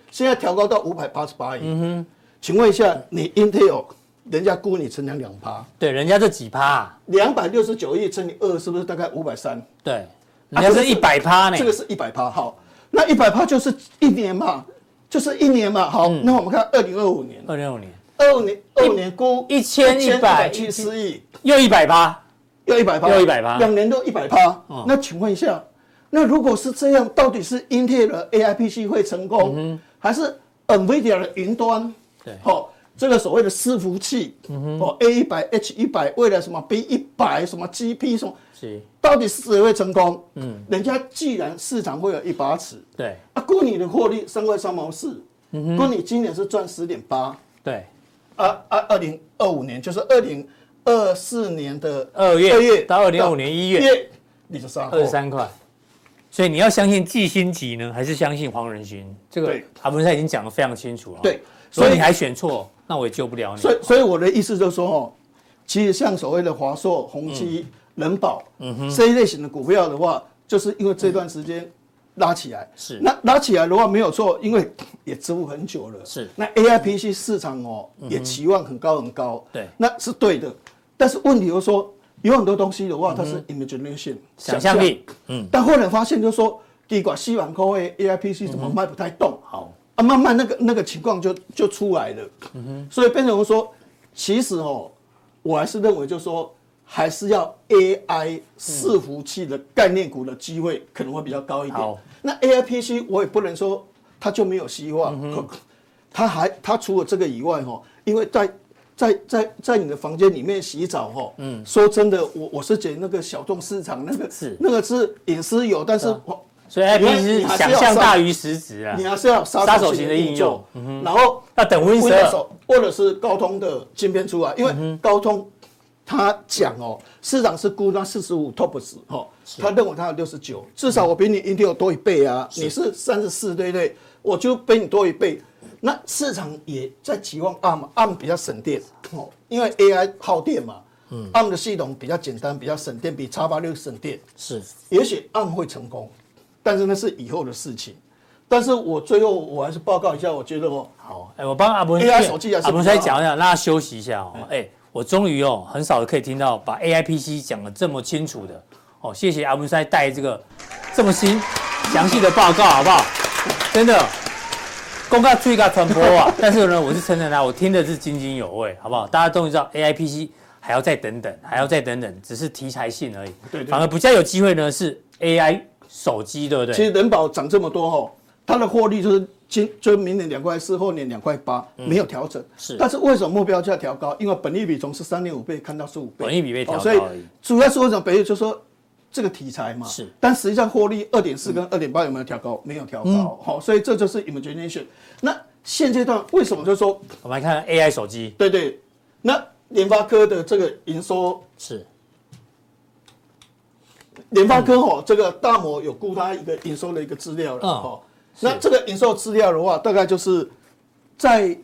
S4: 现在调高到五百八十八亿。嗯哼，请问一下，你 Intel 人家估你成长两趴，
S2: 对，人家这几趴啊，
S4: 两百六十九亿乘以二是不是大概五百三？
S2: 对，人
S4: 啊
S2: 家
S4: 这
S2: 是
S4: 个
S2: 一百趴呢，
S4: 这个是一百趴，好，那一百趴就是一年嘛，就是一年嘛，好，那我们看二零二五年，
S2: 二零二五年
S4: 二五年二五年估
S2: 嗯一千一百
S4: 七十亿，
S2: 又一百趴，
S4: 要一百趴，
S2: 要100%
S4: 两年都一百趴，
S2: 哦
S4: 那请问一下，那如果是这样，到底是 Intel 的 AI PC 会成功，还是 NVIDIA 的云端？
S2: 嗯对嗯
S4: 好。这个所谓的伺服器，哦，A 一百、H 一百，为了什么 B 一百、什么 GP 什么，
S2: 是，
S4: 到底是谁会成功？嗯，人家既然市场会有一把尺，
S2: 对
S4: 啊，估你的获利三块三毛四，估你今年是赚十点八，
S2: 对，
S4: 啊啊，二零二五年就是二零二四年的
S2: 二月
S4: 二月哦
S2: 到2025年一月
S4: 月，你就三
S2: 二十三块。所以你要相信季星级呢，还是相信黄仁勋？这个
S4: 对
S2: 阿文赛已经讲得非常清楚了。
S4: 对
S2: 所
S4: 所
S2: 以
S4: 以
S2: 你还选错，那我也救不了你。
S4: 所以，所以我的意思就是说，哦，其实像所谓的华硕、宏基、
S2: 嗯
S4: 人保、这一类型的股票的话，就是因为这段时间拉起来，
S2: 是
S4: 那拉起来的话没有错，因为也支付很久了，
S2: 是嗯
S4: 那 A I P C 市场哦，也期望很高很高，
S2: 对
S4: 那是对的，但是问题就是说，有很多东西的话，它
S2: 嗯
S4: 是 imagination
S2: 想象力，
S4: 嗯，但后来发现就是说，地管西软科的 A I P C 怎么卖不太动，
S2: 嗯好，嗯
S4: 啊，慢慢那个那个情况就就出来了，所以变成我说，其实哦，我还是认为就是说，还是要 AI 伺服器的概念股的机会可能会比较高一点
S2: 好。
S4: 那 AI PC 我也不能说它就没有希望，
S2: 嗯
S4: 可它还它除了这个以外哈，因为在在在在你的房间里面洗澡哈，嗯，说真的，我我是觉得那个小众市场那个
S2: 是嗯
S4: 那个是隐私有，但是我
S2: 所以 I P
S4: 你还
S2: 是
S4: 你还是
S2: 想
S4: 要
S2: 象
S4: 上
S2: 大于实质啊
S4: 你，还是要
S2: 杀
S4: 杀
S2: 手
S4: 手
S2: 型
S4: 型
S2: 的
S4: 的
S2: 应
S4: 应用
S2: 用，嗯
S4: 然后
S2: 要等 Win 十
S4: Win
S2: 二，
S4: 或者是高通的晶片出来，因为高通他讲哦，市场是估它四十五 TOPS 哦，他认为它有六十九，至少我比你 Intel 多一倍啊，你是三十四对不对？我就比你多一倍，那市场也在期望 ARM，ARM 比较省电哦，因为 AI 耗电嘛。ARM 的系统比较简单，比较省电，比 x 八六省电。
S2: 是
S4: 也许案会成功，但是那是以后的事情。但是我最后我还是报告一下，我觉得哦，
S2: 好，哎，我帮阿文
S4: AI 手机啊嗯还是
S2: 阿文
S4: 比较
S2: 再
S4: 好
S2: 讲一讲，让他休息一下哦。哎，我终于哦，很少可以听到把 A I P C 讲的这么清楚的哦，谢谢阿文塞带这个这么新详细的报告，好不好？真的，公告注意个传播啊！ 但是呢，我是承认啊，我听的是津津有味，好不好？大家终于知道 A I P C 还要再等等，还要再等等，只是题材性而已。
S4: 对对
S2: 反而比较有机会呢是 A I 手机，对不对？
S4: 其实人保涨这么多哦，它的获利就是今就是明年两块四，后年两块八，没有调整。
S2: 嗯是
S4: 但是为什么目标价调高？因为本益比从十三点五倍看到十五倍，哦
S2: 本益比被调高
S4: 所以
S2: 而已
S4: 主要是为什么本益就是说这个题材嘛，
S2: 是嗯
S4: 但实际上获利二点四跟二点八有没有调高？没有调高，好，所以这就是 imagination。那现阶段为什么就说
S2: 我们来看 A I 手机
S4: 对对？那联发科的这个营收
S2: 是
S4: 联发科哦，这个大摩有估它一个营收的一个资料了
S2: 嗯
S4: 哦。那这个营收资料的话，大概就是在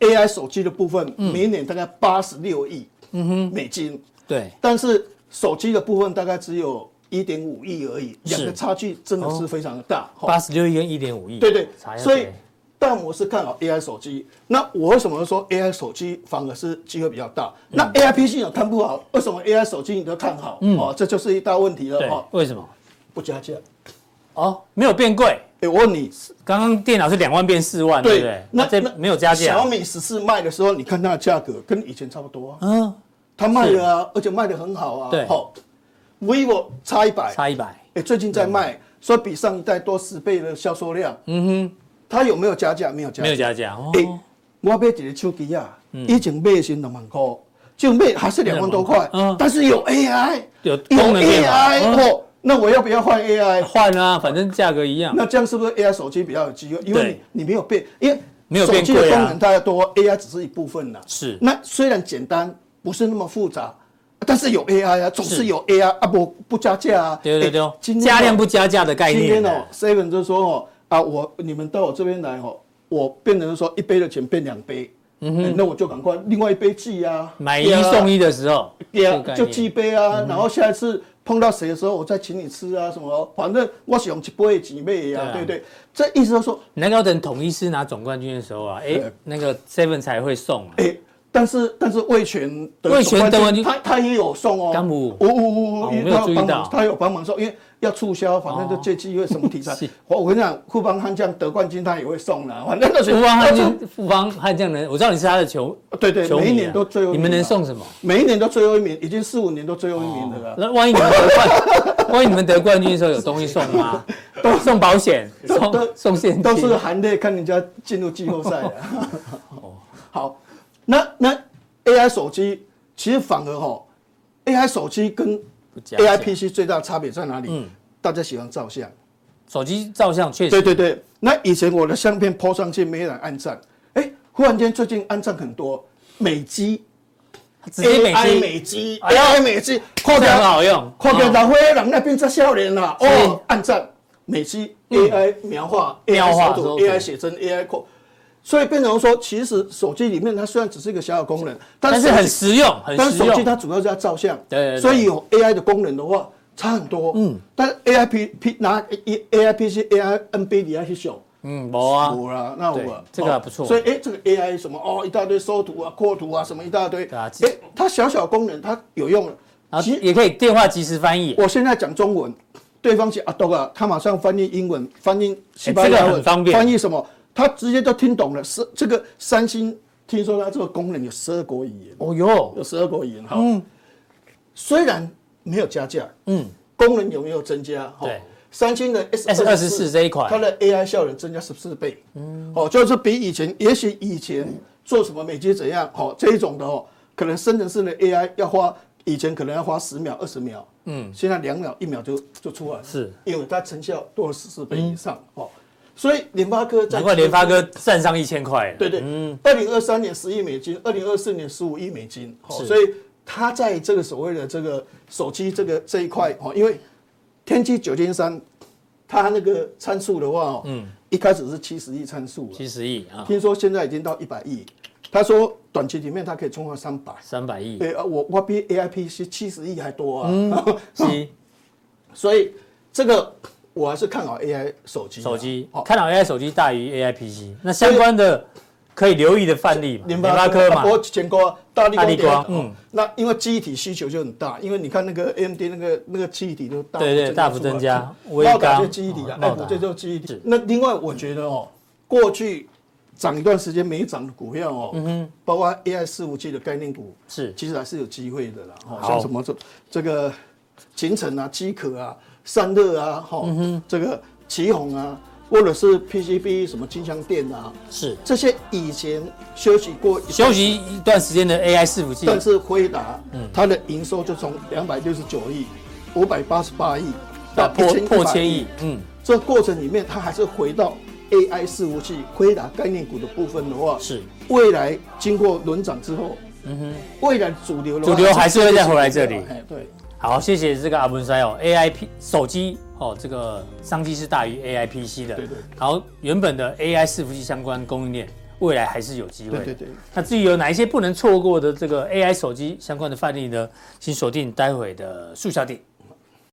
S4: AI 手机的部分，每年大概八十六亿
S2: 嗯
S4: 美金，
S2: 对。
S4: 但是手机的部分大概只有一点五亿而已，
S2: 是
S4: 两个差距真的是非常的大。哦
S2: 八十六亿跟一点五亿，
S4: 对对
S2: 查，一下
S4: 所以
S2: 谁
S4: 大摩是看好 AI 手机。那我为什么说 AI 手机反而是机会比较大？
S2: 嗯
S4: 那 AI PC 你看不好，为什么 AI 手机你都看好？哦，这就是一大问题了
S2: 对
S4: 哦，。
S2: 为什么？
S4: 不加价。
S2: 哦，没有变贵，
S4: 哎、我问你，
S2: 刚刚电脑是两万变四万，啊对不对？
S4: 那
S2: 这
S4: 那
S2: 没有加价，
S4: 小米十四卖的时候，你看它的价格跟以前差不多啊，
S2: 嗯，
S4: 它卖了啊，而且卖的很好啊。
S2: 对
S4: 好，vivo 差一百，
S2: 差一百，嗯
S4: 哎，最近在卖，说比上一代多十倍的销售量。嗯哼，它有没有加价？没有加，
S2: 没有。加价嗯哦，
S4: 哎、我买一个手机啊，以前买的是两万块，就买还是两万多块，
S2: 嗯
S4: 但是有 AI，
S2: 有功能变化
S4: AI
S2: 嗯
S4: 哦，那我要不要 换 AI？
S2: 换啊，反正价格一样，
S4: 那这样是不是 AI 手机比较有机会？因为
S2: 对
S4: 你你没有变，因为
S2: 没有变
S4: 手机的
S2: 贵啊
S4: 功能太多，AI 只是一部分啦。
S2: 是
S4: 那虽然简单，不是那么复杂，但是有 AI 啊，总是有 AI 啊，不不加价啊。
S2: 对对对
S4: 哎今
S2: 对，
S4: 天哦
S2: 加量不加价的概
S4: 今
S2: 念
S4: 天哦，Seven 就说哦啊，我你们到我这边来哦，我变成说一杯的钱变两杯，嗯哼，那我就赶快另外一杯寄啊，
S2: 买一
S4: 对啊
S2: 送一的时候，
S4: 对
S2: 这
S4: 啊
S2: 个概，念嗯
S4: 就几杯啊，然后下一次碰到谁的时候，我再请你吃啊，什么，反正我喜欢几杯几杯
S2: 对
S4: 啊
S2: 啊，
S4: 对不对？这意思就是说，
S2: 你那个要等统一师拿总冠军的时候啊，哎
S4: 对，
S2: 那个 Seven 才会送啊，
S4: 哎，但是但是魏权的
S2: 魏权
S4: 总
S2: 得完就
S4: 他他也有送哦，
S2: 干五
S4: 五五五
S2: 哦
S4: 五，
S2: 我
S4: 因
S2: 没
S4: 为
S2: 有
S4: 他
S2: 注意
S4: 帮
S2: 到哦
S4: 忙，他有帮忙送，因为要促销，反正就借机会什么题材
S2: 是。
S4: 我我跟你讲，富邦悍将得冠军他也会送啦，反正都是
S2: 富邦悍
S4: 到处
S2: 将，富邦悍将能，我知道你是他的球，
S4: 对对，
S2: 球迷啊
S4: 每一年都最后一名啊
S2: 你们能送什么？
S4: 每一年都最后一名，已经四五年都最后一名的了啊啦。
S2: 啊那万一你们得冠，万一你们得冠军的时候有东西送 吗？送保险，送
S4: 都
S2: 送现 金，
S4: 都是含泪看人家进入季后赛的。 好，那那 AI 手机其实反而哈，AI 手机跟
S2: 不加价嗯
S4: AI PC 最大的差别在哪里？大家喜欢照相，
S2: 手机照相确
S4: 对
S2: 实
S4: 对对。那以前我的相片 PO 上去没人按赞，哎，忽然间最近按赞很多，美肌
S2: 直接美
S4: AI
S2: 肌
S4: 美肌
S2: 哎呀
S4: ，AI 美肌，扩
S2: 这样
S4: 张
S2: 很好用，
S4: 看见
S2: 哦
S4: 老岁人那边才少年啦，
S2: 是
S4: 哦，按赞，美肌 AI 描画、
S2: 嗯描
S4: AI
S2: 画
S4: 手
S2: 手
S4: 图、
S2: 图
S4: AI 写真、AI 扩，所以变成说，其实手机里面它虽然只是一个小小功能，
S2: 但是
S4: 手机
S2: 很实用，很
S4: 但
S2: 实
S4: 是手机它
S2: 用。
S4: 主要是要照相，
S2: 对对对
S4: 所以有 AI 的功能的话差很多，嗯，但是 AI P P 拿 A AI P C AI N B 你要去选。
S2: 嗯，没啊，
S4: 我啦，那
S2: 对
S4: 我
S2: 这个
S4: 哦
S2: 还不错
S4: 所以哎，诶这个 AI 什么哦，一大堆缩图啊、扩图啊，什么一大堆。
S2: 对啊
S4: 哎，它小小功能它有用了。
S2: 然后
S4: 其实
S2: 也可以电话即时翻译，
S4: 我现在讲中文，对方写阿多啊，他马上翻译英文，翻译西班
S2: 哎这
S4: 牙
S2: 个
S4: 文，
S2: 很方便
S4: 翻译什么，他直接都听懂了。是这个三星，听说它这个功能有十二国语言，
S2: 哦哟，
S4: 有十二国语言哈。虽然没有加价，
S2: 嗯，
S4: 功能有没有增加？哈
S2: 对，
S4: 三星的 S
S2: S 二十四这一款
S4: 它的 AI 效能增加十四倍，嗯，哦，就是比以前，也许以前做什么美肌怎样，哦，这一种的哦，可能生成式的 AI 要花以前可能要花十秒、二十秒，嗯，现在两秒、一秒就就出来了，
S2: 是嗯
S4: 因为它成效多了十四倍以上，哦，所以联发科在
S2: 难怪联发科站上一千块了。
S4: 对对，
S2: 嗯
S4: 二零二三年十亿美金，二零二四年十五亿美金，哦，所以它在这个所谓的这个手机这个这一块哦，因为天玑九千三，它那个参数的话哦，嗯，一开始是七十亿参数了，
S2: 七十亿啊，
S4: 听说现在已经到一百亿，他说短期里面它可以冲到三百，
S2: 三百亿，
S4: 对啊，我我比 AIP 是七十亿还多啊，
S2: 嗯七
S4: 所以这个我还是看好 AI 手机啊，
S2: 手机
S4: 哦，
S2: 看好 AI 手机大于 AI PC，那相关的可以留意的范例嘛，联发科嘛
S4: 不，过啊前高大力
S2: 大力光嗯
S4: 嗯，那因为记忆体需求就很大，因为你看那个 AMD 那个那个记忆体都大
S2: 对对大幅增加微
S4: 高达
S2: 刚
S4: 就记忆体
S2: 哦
S4: 啊，
S2: 茂
S4: 哎，
S2: 达
S4: 这就记忆体
S2: 是。
S4: 那另外我觉得哦，过去涨一段时间没涨的股票
S2: 嗯
S4: 哦，包括 AI 伺服器的概念股，
S2: 是
S4: 其实还是有机会的啦，哦，
S2: 好
S4: 像什么这这个秦城啊、机壳啊、散热啊，哈、
S2: 嗯
S4: 这个旗宏啊，或者是 PCB 什么金像电啊，
S2: 是
S4: 这些以前休息过一段
S2: 休息一嗯段时间的 AI 伺服器，
S4: 但是辉达，它的营收就从两百六十九亿、五百八十八亿
S2: 那
S4: 到
S2: 啊破
S4: 1100
S2: 破千亿，嗯，
S4: 这过程里面，它还是回到 AI 伺服器、辉达概念股的部分的话，
S2: 是嗯
S4: 未来经过轮涨之后，未来主流的话
S2: 主流还是会再回来这里
S4: 哎，对，
S2: 好，谢谢这个阿文塞哦，AI P 手机哦，这个商机是大于 AI PC 的。
S4: 对对。
S2: 然后原本的 AI 伺服器相关供应链，未来还是有机会。
S4: 对对对。
S2: 那至于有哪一些不能错过的这个 AI 手机相关的范例呢？请锁定待会的速效点。